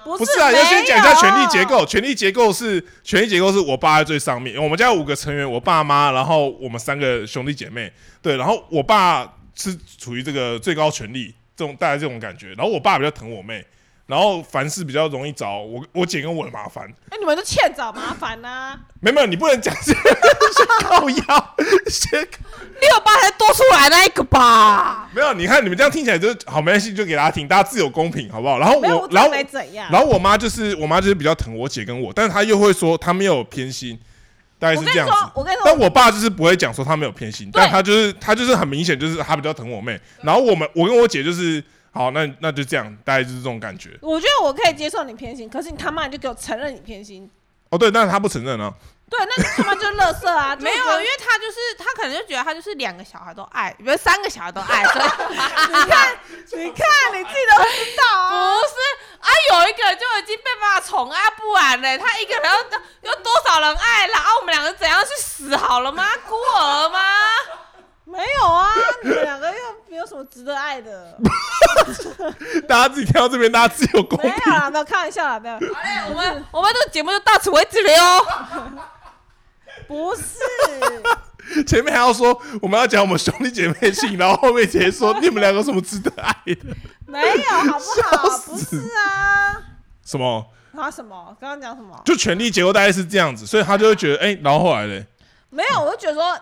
我，不不哦是是啊，要先讲一下权力力结。构。权力结构是权力结构是我爸在最上面，我们家有五个成员，我爸妈，然后我们三个兄弟姐妹，对，然后我爸是处于这个最高权力，这种大概这种感觉。然后我爸比较疼我妹，然后凡事比较容易找我我姐跟我的麻烦。哎，你们就欠找麻烦啊呐！没有没有，你不能讲这个，先靠腰，先靠六八才多出来那一个吧？没有。你看你们这样听起来就好，没关系，就给大家听，大家自有公平，好不好？然后没有，我我，真哦然的后没怎样。然后我妈就是我妈就是比较疼我姐跟我，但是她又会说她没有偏心，大概我是跟这样你子说，。我跟你但说，我爸就是不会讲说他没有偏心，但他就是他就是很明显就是他比较疼我妹，然后我们我跟我姐就是好，那那就这样，大概就是这种感觉。我觉得我可以接受你偏心，可是你他妈你就给我承认你偏心。哦，对，但是他不承认啊， 对，那你他妈就是垃圾啊！ 没有，就因是为他就是他可能就觉得他就是两个小孩都爱，比如三个小孩都爱，所以你看，啊你看，你 自己都知道不啊。是啊，有一个人就已经被爸爸宠爱不完嘞，他一个人要有多少人爱啦？啊，我们两个怎样去死好了吗？孤儿吗？没有啊，你们两个又没有什么值得爱的。大家自己听到这边，大家自有公没平。有啦，啊没有开玩笑啦，没有。好嘞，我们我们这个节目就到此为止了哦哟。不是，前面还要说我们要讲我们兄弟姐妹的 情，然后后面直接说你们两个有什么值得爱的？没有，好不笑好？死不是啊。什么？啊什么？刚刚讲什么？就权力结构大概是这样子，所以他就会觉得哎、然后后来嘞，没有，我就觉得说，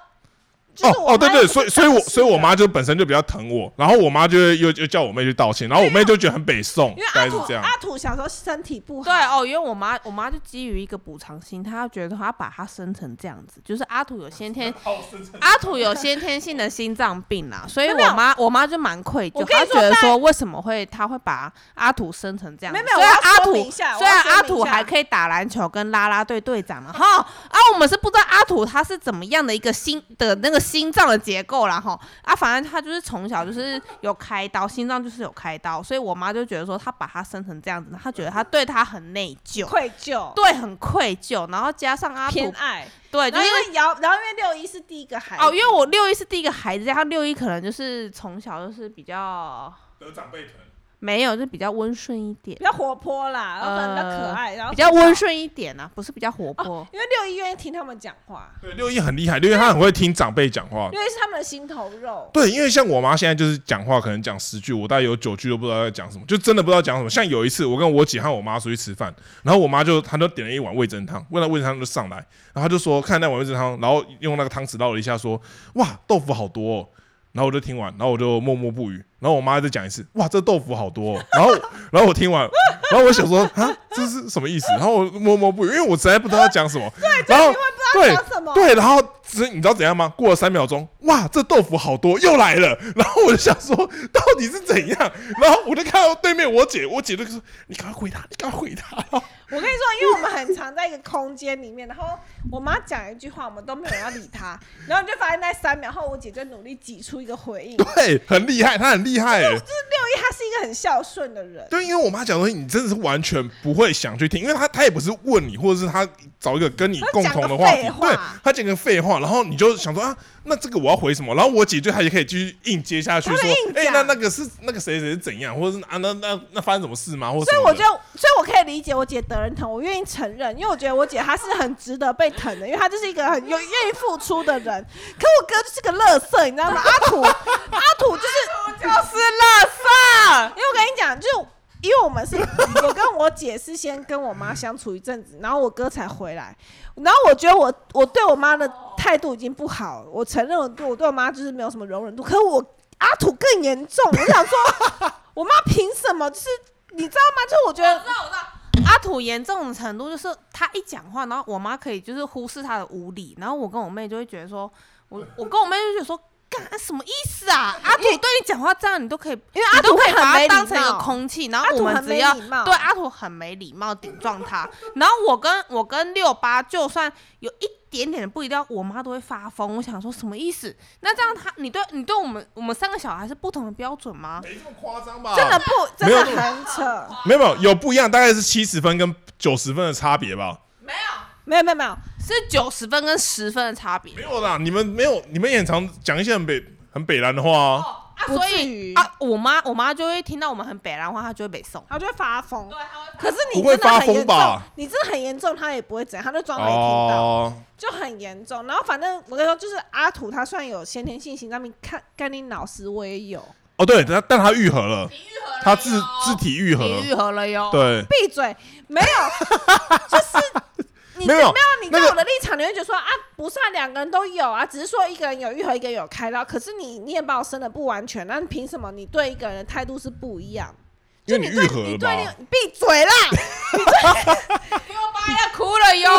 就哦是我妈哦，对对，又不是啊所以所以我当事所以我人妈就本身就比较疼我，然后我妈就会又又叫我妹去道歉，然后我妹就觉得很北宋因为，大阿概是这土样。阿土小时候身体不好，对哦，因为我妈我妈就基于一个补偿心，她觉得她把她生成这样子，就是阿土有先天阿土有先天性的心脏病 啦，所以没有我妈我妈就蛮愧我疚，跟你她说觉得在说为什么会她会把阿土生成这样没子有没有虽然我要阿说明土一下虽我要然说阿明土一下还可以打篮球跟啦啦队队长了哈啊，我们是不知道阿土他是怎么样的一个心的那个心脏的结构啦哈啊，反正他就是从小就是有开刀，心脏就是有开刀，所以我妈就觉得说她把他生成这样子，她觉得她对他很内疚。愧疚、对，很愧疚，然后加上阿偏土，爱，对，就然是后因为因为姚，然后因为六一是第一个孩子，哦，因为我六一是第一个孩子，加上六一可能就是从小就是比较得长辈疼，没有，就比较温顺一点比，较活泼啦，然后可能比较可爱，然后呃比较温顺。顺一点啊，不是比较活泼。因为六一愿意听他们讲话，对，六一很厉害，六一他很会听长辈讲话。因为是他们的心头 肉。对，因为像我妈现在就是讲话，可能讲十句，我大概有九句都不知道在讲什么，就真的不知道讲什么。像有一次，我跟我姐和我妈出去吃饭，然后我妈就她就点了一碗味噌汤，问了味噌汤就上来，然后她就说看那碗味噌汤，然后用那个汤匙捞了一下，说哇豆腐好多、哦。然后我就听完，然后我就默默不语。然后我妈再讲一次，哇，这豆腐好多、哦。然后，然后我听完，然后我想说，啊，这是什么意思？然后我默默不语，因为我实在不知道要讲 什么。对，然后对讲什么对，然后只你知道怎样吗？过了三秒钟，哇，这豆腐好多，又来了。然后我就想说，到底是怎样？然后我就看到对面我姐，我姐就说，你赶快回答，你赶快回答。 我跟你说，因为我们很常在一个空间里面，然后我妈讲一句话，我们都没有人要理她，然后你就发现那三秒后，我姐就努力挤出一个回应。就是 对，很厉害，她很厉害、欸。六一，她是一个很孝顺的人，对，因为我妈讲的东西，你真的是完全不会想去听，因为她她也不是问你，或者是她找一个跟你共同的话题她讲个废，话对，她讲个废话，然后你就想说啊，那这个我要回什么？然后我姐就她也可以继续硬接下去她会说，硬哎、讲那那个是那个谁谁是怎样，或者是啊那那那发生什么事吗？或者所以什我么的就，所以我可以理解我姐得人疼，我愿意承认，因为我觉得我姐她是很值得被疼的，因为她就是一个很有愿意付出的人。可我哥就是个乐色，你知道吗？阿土，阿土就是就是乐色。因为我跟你讲，就因为我们是， 我跟我姐是先跟我妈相处一阵子，然后我哥才回来。然后我觉得我我对我妈的态度已经不好，我承认我对我对我妈就是没有什么容忍度。可我阿土更严重，我想说， 我妈凭什么？就是你知道吗？就是我觉得知道，我知道。阿土严重的程度就是他一讲话，然后我妈可以就是忽视他的无理，然后我跟我妹就会觉得说，我我跟我妹就觉得说，干什么意思 啊？阿土对你讲话这样，你都可以，因为阿土都可以很把没他礼当成一个貌空气，然阿后我土们很只没要礼貌对阿土很没礼貌，顶撞他。然后我跟我跟六八就算有一点点的不一样，我妈都会发疯。我想说什么意思？那这样他你对你对我们我们三个小孩是不同的标准吗？没这么夸张吧？真的不，真没有的很扯。没有没有有不一样，大概是七十分跟九十分的差别吧。没有，没有没有没有，是九十分跟十分的差别没。有啦，你们没有，你们也很常讲一些很北很北蓝的话啊。啊，不所至以于啊，我妈我妈就会听到我们很北兰话，她就会北 送。他就会发疯。对，可是你不会真的发很疯严重吧，你真的很严重，他也不会怎样，他就装没听到，哦，就很严重。然后反正我跟你说，就是阿土他虽然有先天性心脏病，看干你老师我也有，哦对，但但他愈合了，他自自体愈合，你愈合了哟。对。闭嘴，没有，就是你没有没有，你那在个我的立场，你会觉得说啊，不是啊，两个人都有啊，只是说一个人有愈合，一个有开刀，可是你你也把我生的不完全，那你凭什么你对一个人的态度是不一样？因就为你你对愈合了你吧对你你闭嘴啦！六八要哭了哟。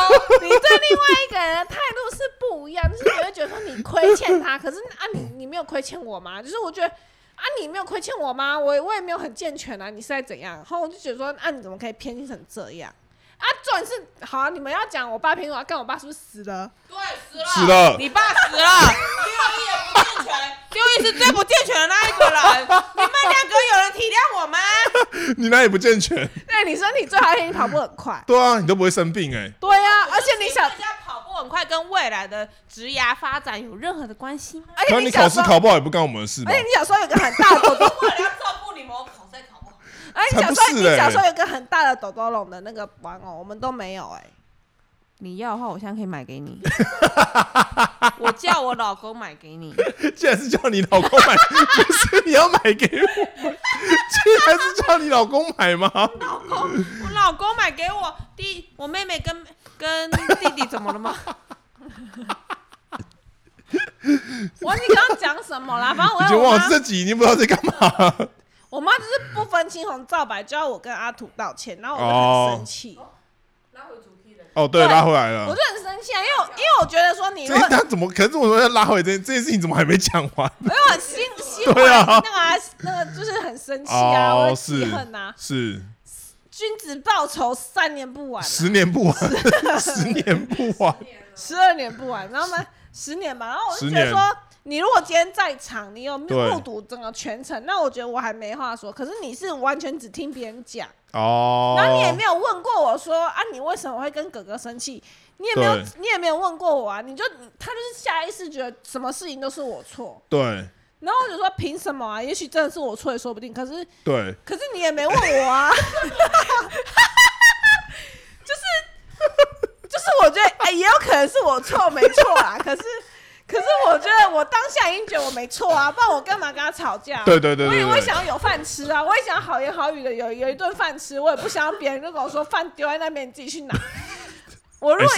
你对另外一个人的态度是不一样，就是你会觉得说你亏欠 他，可是啊你你没有亏欠我吗？就是我觉得啊你没有亏欠我吗？我也我也没有很健全啊，你是在怎样？然后我就觉得说啊你怎么可以偏心成这样？啊，重点是好、啊，你们要讲我爸偏心，我要干我爸是不是死了？对，死了死了你爸死了。六一也不健全，六一是最不健全的那一个人。你们两个有人体谅我吗？你哪里不健全？对，你身体最好一点，你跑步很快。对啊，你都不会生病哎、 对呀、而且你想大，家跑步很快跟未来的职涯发展有任何的关系吗？而然且后你哎小考时试候，考不好也不干我们的事吧而且？你小时候有个很 大的抖抖，为了要照顾你们，我考赛考不好。而且你小时才候不是你小欸时候有个很大的抖抖龙的那个玩偶，我们都没有哎、你要的话，我现在可以买给你。我叫我老公买给你。竟然是叫你老公买，不是你要买给我，竟然是叫你老公买吗？老公，我老公买给我弟，我妹妹跟跟弟弟怎 么了吗？我你刚刚讲什么啦？反正我已要经我忘妈了，这集已经不知道在干嘛。我妈就是不分青红皂白，就要我跟阿土道歉，然后我就很生气，啊哦，对，对拉回来了我。就很生气啊，因为我因为我觉得说你如这果，他怎么？可是我说要拉回这这件事情，怎么还没讲完？因为我心心怀对啊那个啊那个就是很生气啊，我哦，很是记恨啊，是君子报仇三年不晚啊，十年不完，十年不完。十二年不晚，然后呢，十年吧。然后我就10觉得年说，你如果今天在场，你有对目睹整个全程，那我觉得我还没话说。可是你是完全只听别人讲，哦，然后你也没有问过我说啊，你为什么会跟哥哥生气？你也没有对，你也没有问过我啊，你就他就是下意识觉得什么事情都是我错。对，然后我就说凭什么啊？也许真的是我错也说不定，可是对，可是你也没问我 啊，就是就是我觉得哎、也有可能是我错没错 啦，可是可是我觉得我当下已经觉得我没错啊，不然我干嘛跟他吵架？对对对我对也我也对，想要有饭吃啊，我也想要好言好语的有有一顿饭吃，我也不想要别人就跟我说饭丢在那边你自己 去拿。我如果、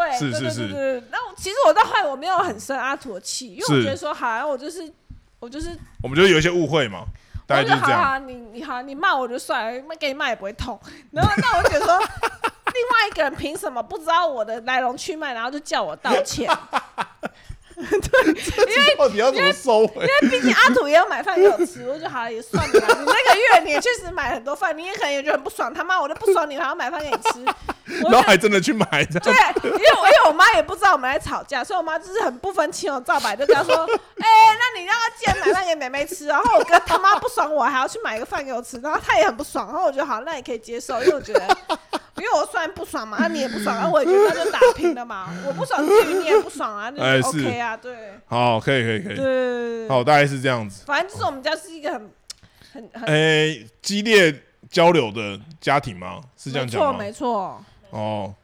哎是对是对是对是对对，那我其实我到后来我没有很生阿土的气，因为我是觉得说好、啊，我就是我就是我们就有一些误会嘛，大概我就说是好这样。好，你你好，你骂我就算了，骂给你骂也不会痛。然后那我就觉得说，另外一个人凭什么不知道我的来龙去脉，然后就叫我道歉？ 这到底要怎么收回？因为毕竟阿土也有买饭给我吃，我就好了也算了啦。你那个月你也确实买很多饭，你也可能也觉得很不爽，他妈我都不爽你，还要买饭给你吃。 我然后就还真的去买这对啊样，，因为我因为我妈也不知道我们在吵架，所以我妈就是很不分青红皂白，就跟 她说：“哎、那你让她既然买饭给妹妹吃，然后我哥他妈不爽我，还要去买一个饭给我吃，然后她也很不爽，然后我觉得好，那也可以接受，因为我觉得， 因为我虽然不爽嘛，啊你也不爽，啊我也觉得那就打平了嘛，我不爽至于你也不爽啊，那哎就是 OK 啊，对好，可以可以可以，对，好，大概是这样子。反正就是我们家是一个很很很诶，激烈交流的家庭吗？是这样没讲错吗？没错，哦，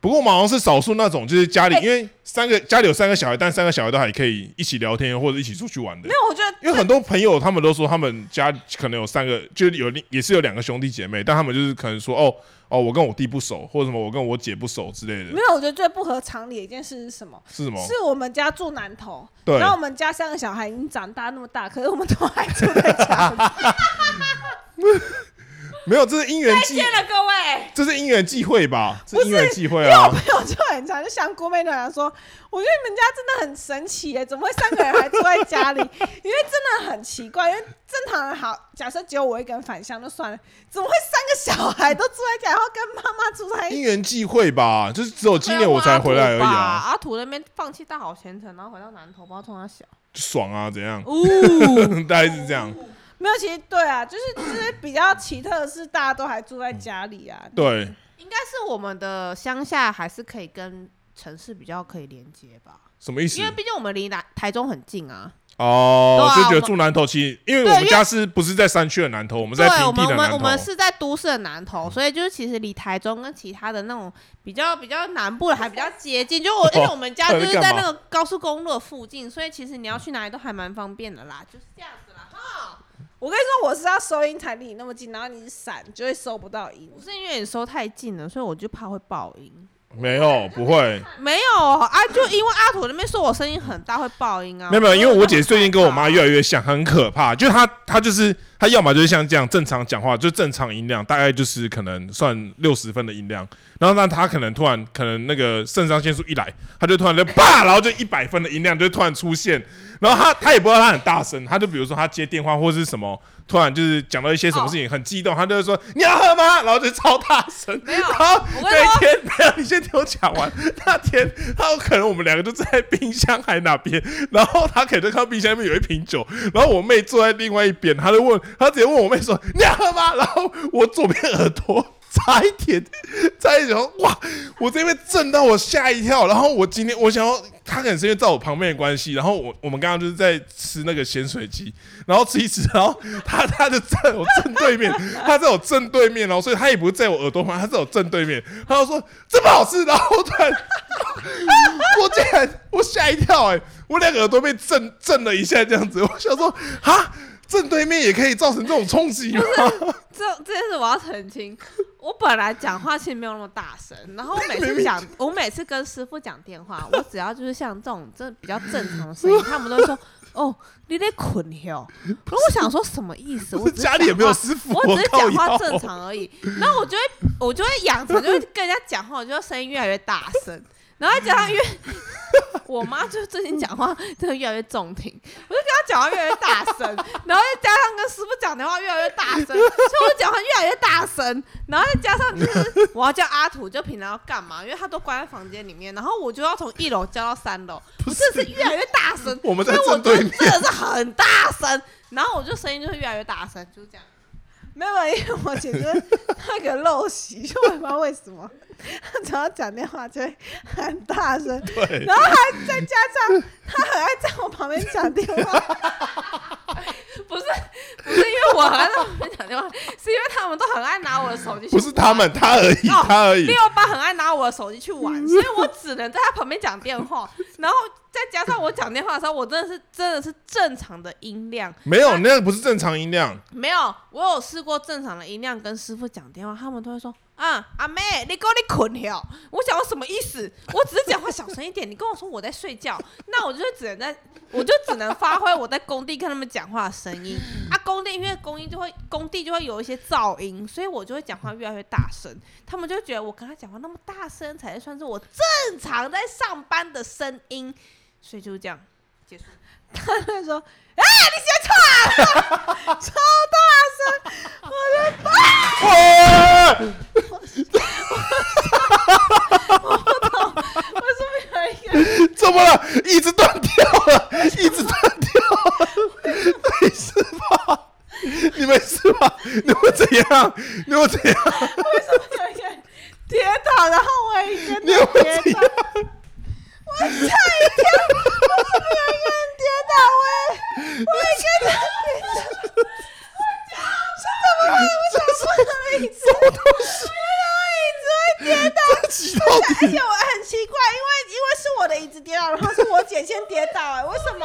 不过我们好像是少数那种，就是家里、哎因为三个家里有三个小孩，但三个小孩都还可以一起聊天或者一起出去玩的没。有我觉得因为很多朋友他们都说他们家可能有三个，就是有另也是有两个兄弟姐妹，但他们就是可能说哦哦，我跟我弟不熟，或者什么我跟我姐不熟之类没的，有我觉得最不合常理的一件事是什么？是什么？是我们家住南头，对然后我们家三个小孩已经长大那么大，可是我们都还住 在家里。没有，这是因缘际，见了各位，这是因缘际会吧？这不是因缘际会因为我啊朋！友就很常就像郭妹那样说，我觉得你们家真的很神奇耶，怎么会三个人还住在家里？ 因为真的很奇怪，因为正常人好，假设只有我一个人返乡就算了，怎么会三个小孩都住在家，然后跟妈妈住在一起？ 因缘际会吧，就是只有今年我才回来而已啊，阿土那边放弃大好前程，然后回到南投，不知道冲他小。爽啊，怎样？哦， 大概是这样，没有，其实对啊，就是就是比较奇特的是，大家都还住在家里啊。对，应该是我们的乡下还是可以跟城市比较可以连接吧，什么意思因为？毕竟我们离南台中很近啊。哦，就对啊觉得住南头，其实因为对我们因为家是不是在山区的南头，我们在对，我平们地我的们南我嗯们头。是在都市的南头，所以就是其实离台中跟其他的那种比较比较南部的还比较接 近。就我因为我们家哦到就底是在在干嘛那个高速公路的附近，所以其实你要去哪里都还蛮方便的嗯啦，就是这样子啦。哈，我跟你说，我是要收音才离你那么近，然后你闪就会收不到音不。是因为你收太近了，所以我就怕会爆音。没有，不会，没有啊，就因为阿土那边说我声音很大会爆音啊。没有没有，因为我姐最近跟我妈越。越来越像，很可怕。就是她，她就是她，要么就是像这样正常讲话，就正常音量，大概就是可能算六十分的音量。然后那她可能突然，可能那个肾上腺素一来，她就突然就啪，然后就一百分的音量就突然出现。然后她她也不知道她很大声，她就比如说她接电话或是什么，突然就是讲到一些什么事情很激动，她就会说你要喝吗？然后就超大声。没有然后我跟那你一说天没 有，你先听我讲完。那天，然后可能我们两个就在冰箱还哪边，然后他可能就看到冰箱里面有一瓶酒，然后我妹坐在另外一边，他就问，他直接问我妹说：“你要喝吗？”然后我左边耳朵。 差一点，差一点，哇！我这边震到我吓一跳。然后我今天我想要，他可能是因为在我旁边的关系。然后我我们刚刚就是在吃那个咸水鸡，然后吃一吃，然后他他就在我正对面，他在我正对面，然后所以他也不是在我耳朵旁，他在我正对面。他就说这么好吃，然后我突然。我竟然我吓一跳哎、我两个耳朵被震震了一下，这样子，我想说哈，正对面也可以造成这种冲击吗？这这件事我要澄清，我本来讲话其实没有那么大声，然后我每次讲，我每次跟师傅讲电话， 我只要就是像这种这比较正常的声 音，他们都会说哦，你在捆哟。然后我想说什么意思？我只是家里也没有讲话师傅我只是我靠讲话腰正常而已。然后我就会我就会养成，就会跟人家讲话，我就声音越来越大声。然后再加 上越我妈就最近讲话真的越来越中听，我就跟她讲话越来越大声，然后再加上跟师傅讲的话越来越大声，所以我就讲话越来越大声，然后再加上就是我要叫阿土，就平常要干嘛？因为他都关在房间里面，然后我就要从一楼叫到三楼，我真的是越来越大声，我们在所以我正对就真的是很大声，然后我就声音就会越来越大声，就是这样。没有，因为我姐 就是那个陋习，就我也不知道为什么， 她只要讲电话就会很大声， 对，然后还再加上她很爱在我旁边讲电 话，不是不是因为我很爱他们讲电话，是因为他们都很爱拿我的手机去不玩。是他们，他而已，哦他而已六。八很爱拿我的手机去 玩，所以我只能在他旁边讲电话，然后再加上我讲电话的时候，我真的是真的是正常的音量，没有，那个不是正常音量。没有，我有试过正常的音量跟师傅讲电话，他们都会说：“啊、阿妹，你给我你捆了。”我想要什么意思？我只是讲话小声一点，你跟我说我在睡觉，那我就只能在， 我就只能发挥我在工地跟他们讲话的声音。啊，工地因为工地就会工地就会有一些噪音，所以我就会讲话越来越大声，他们就会觉得我跟他讲话那么大声才算是我正常在上班的声音，所以就是这样结束。她就会啊说：“哎、你写错啊， 哦超大声！”我就哇！我说有一个怎么了？一直断掉了，一直断掉了，没事吧？你没事吧？你会怎样？你会怎样？为什么有一个人跌倒，然后我也跟你有着没有跌怎倒样？。我吓一跳！为什么有一个人跌倒？我也我也跟着跌倒。我讲是怎么会？我想说什么椅子？我原来我椅子会跌倒，这集到而且底我很奇怪，因为因为是我的椅子跌倒，然后是我姐先跌倒、哎，为什么？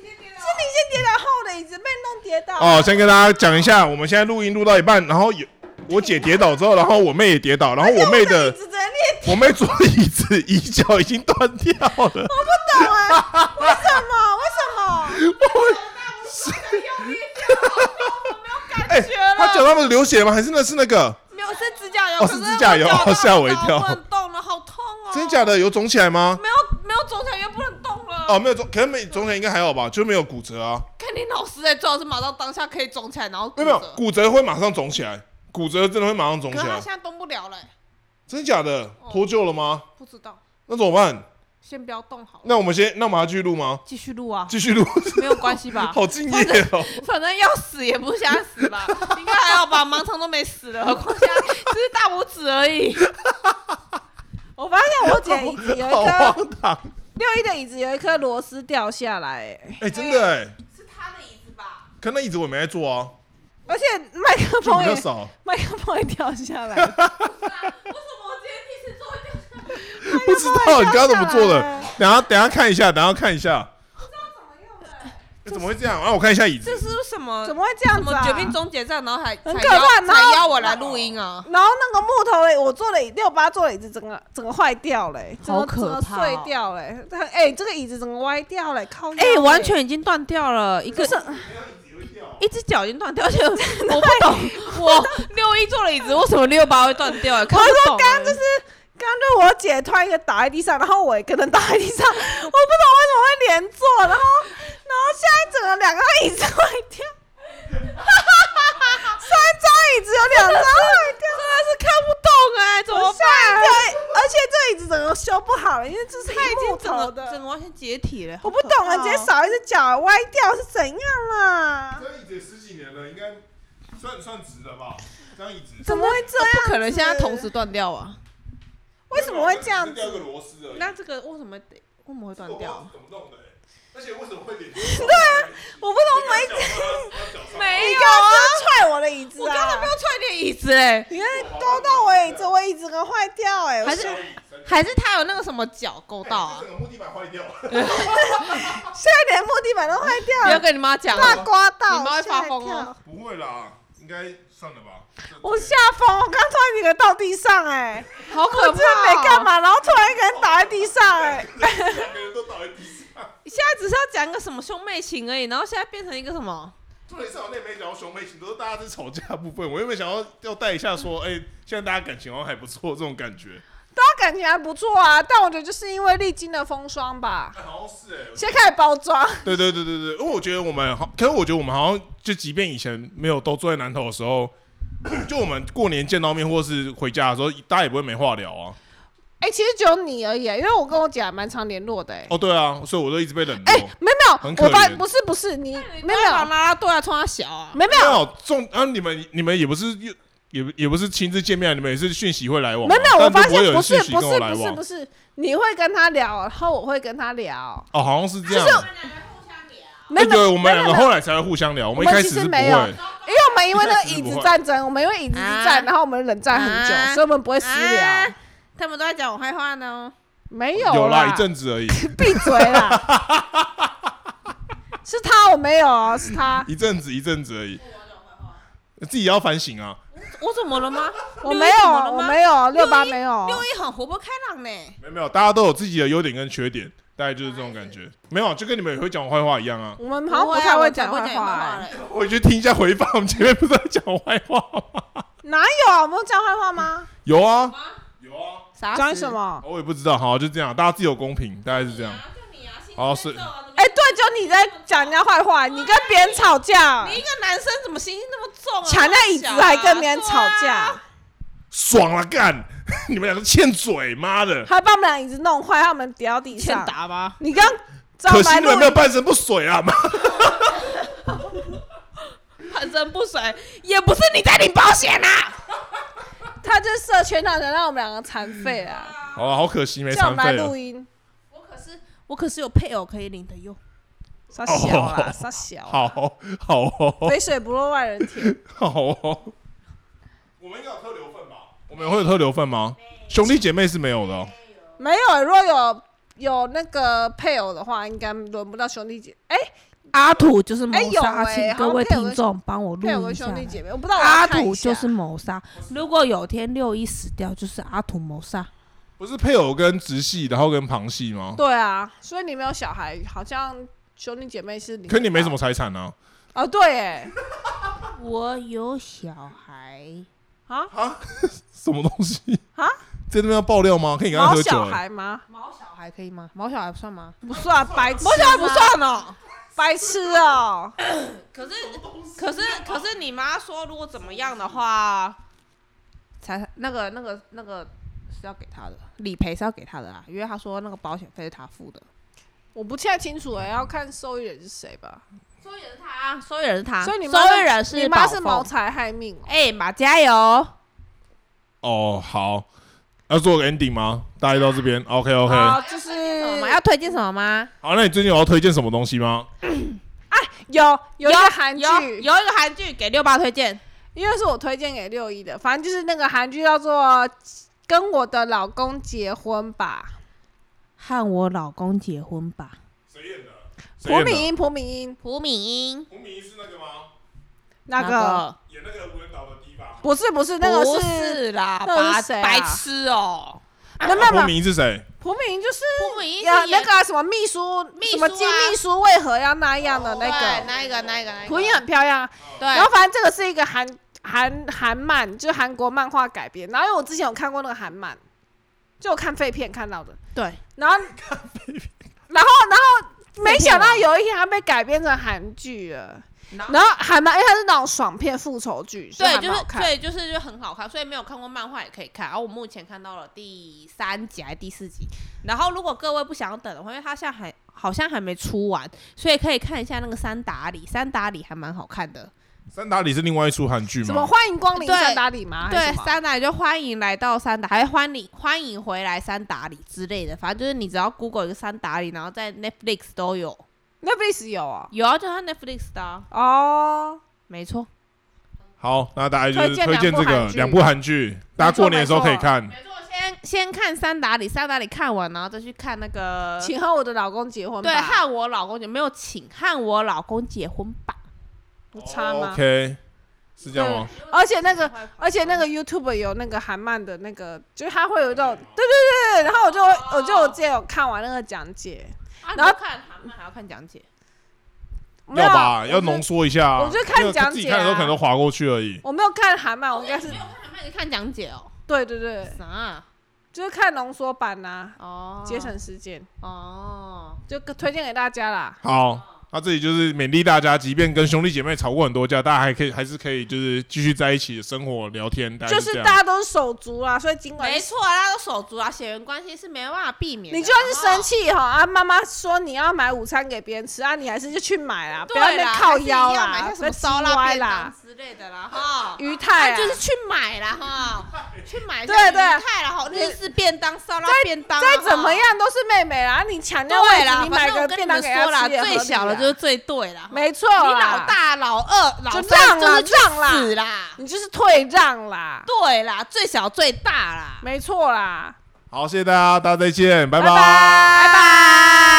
是你先跌倒，然后我的椅子被弄跌倒。哦，先跟大家讲一下，我们现在录音录到一半，然后有我姐跌倒之后，然后我妹也跌倒，然后而且我我妹椅哎的子整裂，我妹坐椅子椅脚已经断掉了，我不懂哎、为什么？为什么？ 哎、她脚上面流血吗？还是那是那个没有是指甲油，哦可是我指甲油脚都吓我一很跳不能动了，好痛哦！真假的有肿起来吗？没有没有肿起来又不能动了。哦，，没有肿，可能没肿起来应该还好吧，就没有骨折啊。看你老师哎，最好是马上当下可以肿起来，然后没有没有骨折，骨折会马上肿起来，骨折真的会马上肿可起是他来现，在哦动不了了欸，真假的脱臼了吗？不知道，那怎么办？先不要动好了，那我们先，那我们还继续录吗？继续录啊，继续录，没有关 系吧？好敬业哦。反正要死也不想死吧，应该还好吧？盲肠都没死了，何况现在只是大拇指而已。我发现我姐椅子有一好颗荒唐！啊六一的椅子有一颗螺丝掉下来、哎哎、真的哎、是他的椅子吧？可那椅子我也没在坐啊，而且麦克就风比较也少。麦克风也掉下来，为什么我今天第一次做会掉下来？不知道你刚刚怎么做麦克风也掉下的来？啊等下等下看一下，等下看一下。哎怎么会这样？啊，我看一下椅这子。是为什么？怎么会这样怎子、么啊？决定终结站，然后还很才可怕邀然后才邀我来录音啊？然后那个木头的，我做了六八做的椅子，整个整个坏掉嘞、整个好可怕哦整个碎掉嘞、 它哎、这个椅子整个歪掉嘞、靠腰嘞！哎、完全已经断掉了，一个 一只脚已经断掉，而且我不懂，我六一坐了椅子，为什么六八会断掉、欸？看我不说懂、刚刚就是刚刚就我姐突然一个倒在地上，然后我也跟着倒在地上，我不懂为什么会连坐，然后然后现在整个两个椅子坏掉， 三张椅子有两张坏掉，真的是看不懂懂哎、怎么我办吓？一跳，而且这椅子整个修不好了，因为这是它已木经整头个的整，个完全解体了，我不懂好可啊，怕哦直接少一只脚歪掉是怎样啦？这椅子十几年了，应该算算值了吧？这张椅子怎么会这啊样？不可能现在同时断掉啊！为什么会这样子？掉个螺丝而已那这个为什么得为什么会断掉？怎么弄的、欸而且为什么会连？ 对啊，我不懂每。没你有刚刚啊，就踹我的椅子我啊！刚才没有踹你的椅子哎、你看勾到哎我椅子，我椅子跟坏掉哎、我还是还是他有那个什么脚勾到 啊？哎个木地板坏掉了。现在连木地板都坏不掉要了，跟你妈讲哦，大刮到，你妈会发我疯吓一哦跳！不会啦，应该算了吧。我吓疯，我刚突然一个人倒地上哎、好可我怕、真的哦！没干嘛，然后突然一个人倒在地上哎、两个人都倒在地上，现在只是要讲一个什么兄妹情而已，然后现在变成一个什么？重点是我那没讲到兄妹情，都是大家在吵架的部分。我原本想要要带一下说，哎、现在大家感情好像还不错，这种感觉。大家感情还不错啊，但我觉得就是因为历经了风霜吧，哎好像是哎、先开始包装，对对对对对，因为我觉得我们好，可是我觉得我们好像就即便以前没有都坐在南头的 时候，就我们过年见到面或是回家的时候，大家也不会没话聊啊。哎、其实只有你而已、啊，因为我跟我姐还蛮常联络的、哎、哦，对啊，所以我就一直被冷哎、落。没有很没可有，我发怜不是不是哎你没没有有把没有拉拉队啊冲他小啊，没有没没有有重啊，你们你们也不是又也也不是亲自见面，啊你们也是讯息会来往没嘛，有，但都我发不会有现不人是讯息不跟我是来不是往不。是，你会跟他聊，然后我会跟他聊，哦，好像是这样。没有哎对，我没们有两个没有后来才会互相聊，我们一我开们其始实是不没有会。因为我们因为那个一开始椅不子会战争，我们因为椅子之战，啊然后我们冷战很久，啊所以我们不会私聊啊。他们都在讲我坏话呢。没有啦，啦一，阵子而已， 闭嘴啦！是他，我没有哦，是 他，一阵子，一阵子而已。自己要反省啊！我怎么了吗？我没有，我没有。有六八六一没有，六一很活泼开朗呢，没有没有，大家都有自己的优点跟缺点，大概就是这种感觉。没有，就跟你们也会讲坏话一样啊！我们好像不不会啊太我会才讲不坏你话坏欸，嘞 我去听一下回放，我们前面不是在讲坏话吗？哪有啊？我们有讲坏话吗？ 有啊，有啊，啥讲事什？么？我也不知道。好，就这样，大家自有公平，大概是这样。啊就你啊，心哦机是重啊怎么哎，对，就你在讲人家坏话，你跟别人吵架你，一个男生怎么心机那么重啊？ 抢人家椅子小啊啊还跟别人吵架。，爽了，干！ 你们两个欠嘴，妈 的！还把我们俩椅子弄坏，还我们掉到地欠上。打吧。你刚找可惜白你露们没有营，半身不遂啊！妈，对啊半身不遂，也不是你在领保险啊。他就是社圈上人，让我们两个残废啊！嗯好啊，好可惜没叫我残们来废录了。音，我可是我可是有配偶可以领的哟。傻小啦，哦傻小啊，好好哦，肥水不落外人田。好哦。我们应该有特留份吧？我们会有特留份吗？兄弟姐妹是没有的哦。没有、如果有有那个配偶的话，应该轮不到兄弟姐。哎、阿土就是谋哎有杀，哎请各位好像配偶跟听众帮我配偶录跟一下兄来。弟姐妹，我不知道我要阿看一土下就是谋杀，如果有天六一死掉，就是阿土谋杀。不是配偶跟直系，然后跟旁系吗？对啊，所以你没有小孩，好像兄弟姐妹是你。可你没什么财产啊。啊？对，哎，我有小孩，啊，什么东西啊？在那边要爆料吗？可以跟他毛喝酒小欸、孩吗？毛小孩可以吗？毛小孩算吗？不算，白痴，毛小孩不吗算哦。白痴哦、可是，可是，可是你妈说，如果怎么样的话，才那个那个那个是要给他的理赔是要给他的啊啦，因为他说那个保险费是他付的，我不太清楚、哎，要看受益人是谁吧。收益人是他，收益人是他，所以你妈啊收益人是你妈宝是凤谋财害命、哦。哎、马加油！哦，好，要做个 ending 吗？大家到这边，OK OK。啊好，就什是么要推荐什么吗？好，那你最近有要推荐什么东西吗？有有一个韩有有一剧，个韩剧给六八推荐，因为是我推荐给六一的，反正就是那个韩剧叫做《跟我的老公结婚吧和我老公结婚吧。谁演的？》，谁朴演敏的？英，朴敏英朴敏英胡明是那个吗？那个、演那个无人岛的堤吧？不是不是那个不是，啦，那个白是谁啊白痴哦、没有没有胡没有，明是谁？朴啊敏英就是朴敏英是呀那演个啊、什么秘书，秘书啊哦什么金秘书为何要那样的那对个，那一个那一个那一个，朴敏英很漂亮啊，对，然后反正这个是一个韩韩韩漫，就韩国漫画改编。然后因为我之前有看过那个韩漫，就我看废片看到的。对，然后然后然后没想到废有一天它被改编成韩剧了。然后然后韩漫，因为它是那种爽片复仇剧，所以对，还就蛮好是看。对，就是就很好看，所以没有看过漫画也可以看。然后我目前看到了第三集还是第四集。然后如果各位不想等的话，因为它现在还好像还没出完，所以可以看一下那个三打里，三打里还蛮好看的。三打里是另外一出韩剧什么吗？欢迎光临对三打里吗？啊还对是什，么三打里就欢迎来到三打，还欢迎欢迎回来三打里之类的。反正就是你只要 Google 一个三打里，然后在 Netflix 都有， Netflix 有啊。有啊，就是它 Netflix 的啊、哦，没错。好，那大家就推是荐推荐这两部个两部韩剧韩剧，大家过年的时候可以看。先先看三打里，三打里看完，然后再去看那个请和我的老公结婚吧。呃对，和我老公结没有请，和我老公结婚吧。有差吗？哦嗯 OK，是这样哦吗？而且那个，而且那个 YouTube 有那个韩漫的那个，就是它会有一种，对对对，对然后我就我就我之前有看完那个讲解，啊然后你不看韩漫还要看讲解，没要有啊吧，要我就浓缩一下啊。我就看因为讲自己解看的时候啊可能都划过去而已。我没有看韩漫，我应该是没有看韩漫，你看讲解哦。对对对，啥？就是看浓缩版呐、啊哦，节省时间，哦，就推荐给大家啦。好，那这里就是勉励大家，即便跟兄弟姐妹吵过很多架，大家还可以还是可以就是继续在一起生活聊天，大概就是这是样大家都是手足啦，所以尽管没错，大家都手足啊，血缘关系是没办法避免的。你就算是然生后气哈啊，妈妈说你要买午餐给别人吃啊，你还是就去买啦，不要在对那啦，边靠腰啦，啦买，些什不要么烧唧腊啊歪便啦当、之类的啦，哈。鱼太啊啊，就是去买啦哈，去买对像对鱼太了哈，日式便当、烧腊便当啊，再怎么哈样都是妹妹啦，你抢掉位对置，啦，你反买正我个跟你便当们给说她啦，吃也合理最啦小的就是最对啦，哈没错你啦，老大、老二、老就三让就啦是去让啦死啦，你就是退让啦，对啦，最小最大啦，没错啦，好，谢谢大家，大家再见，拜拜拜拜。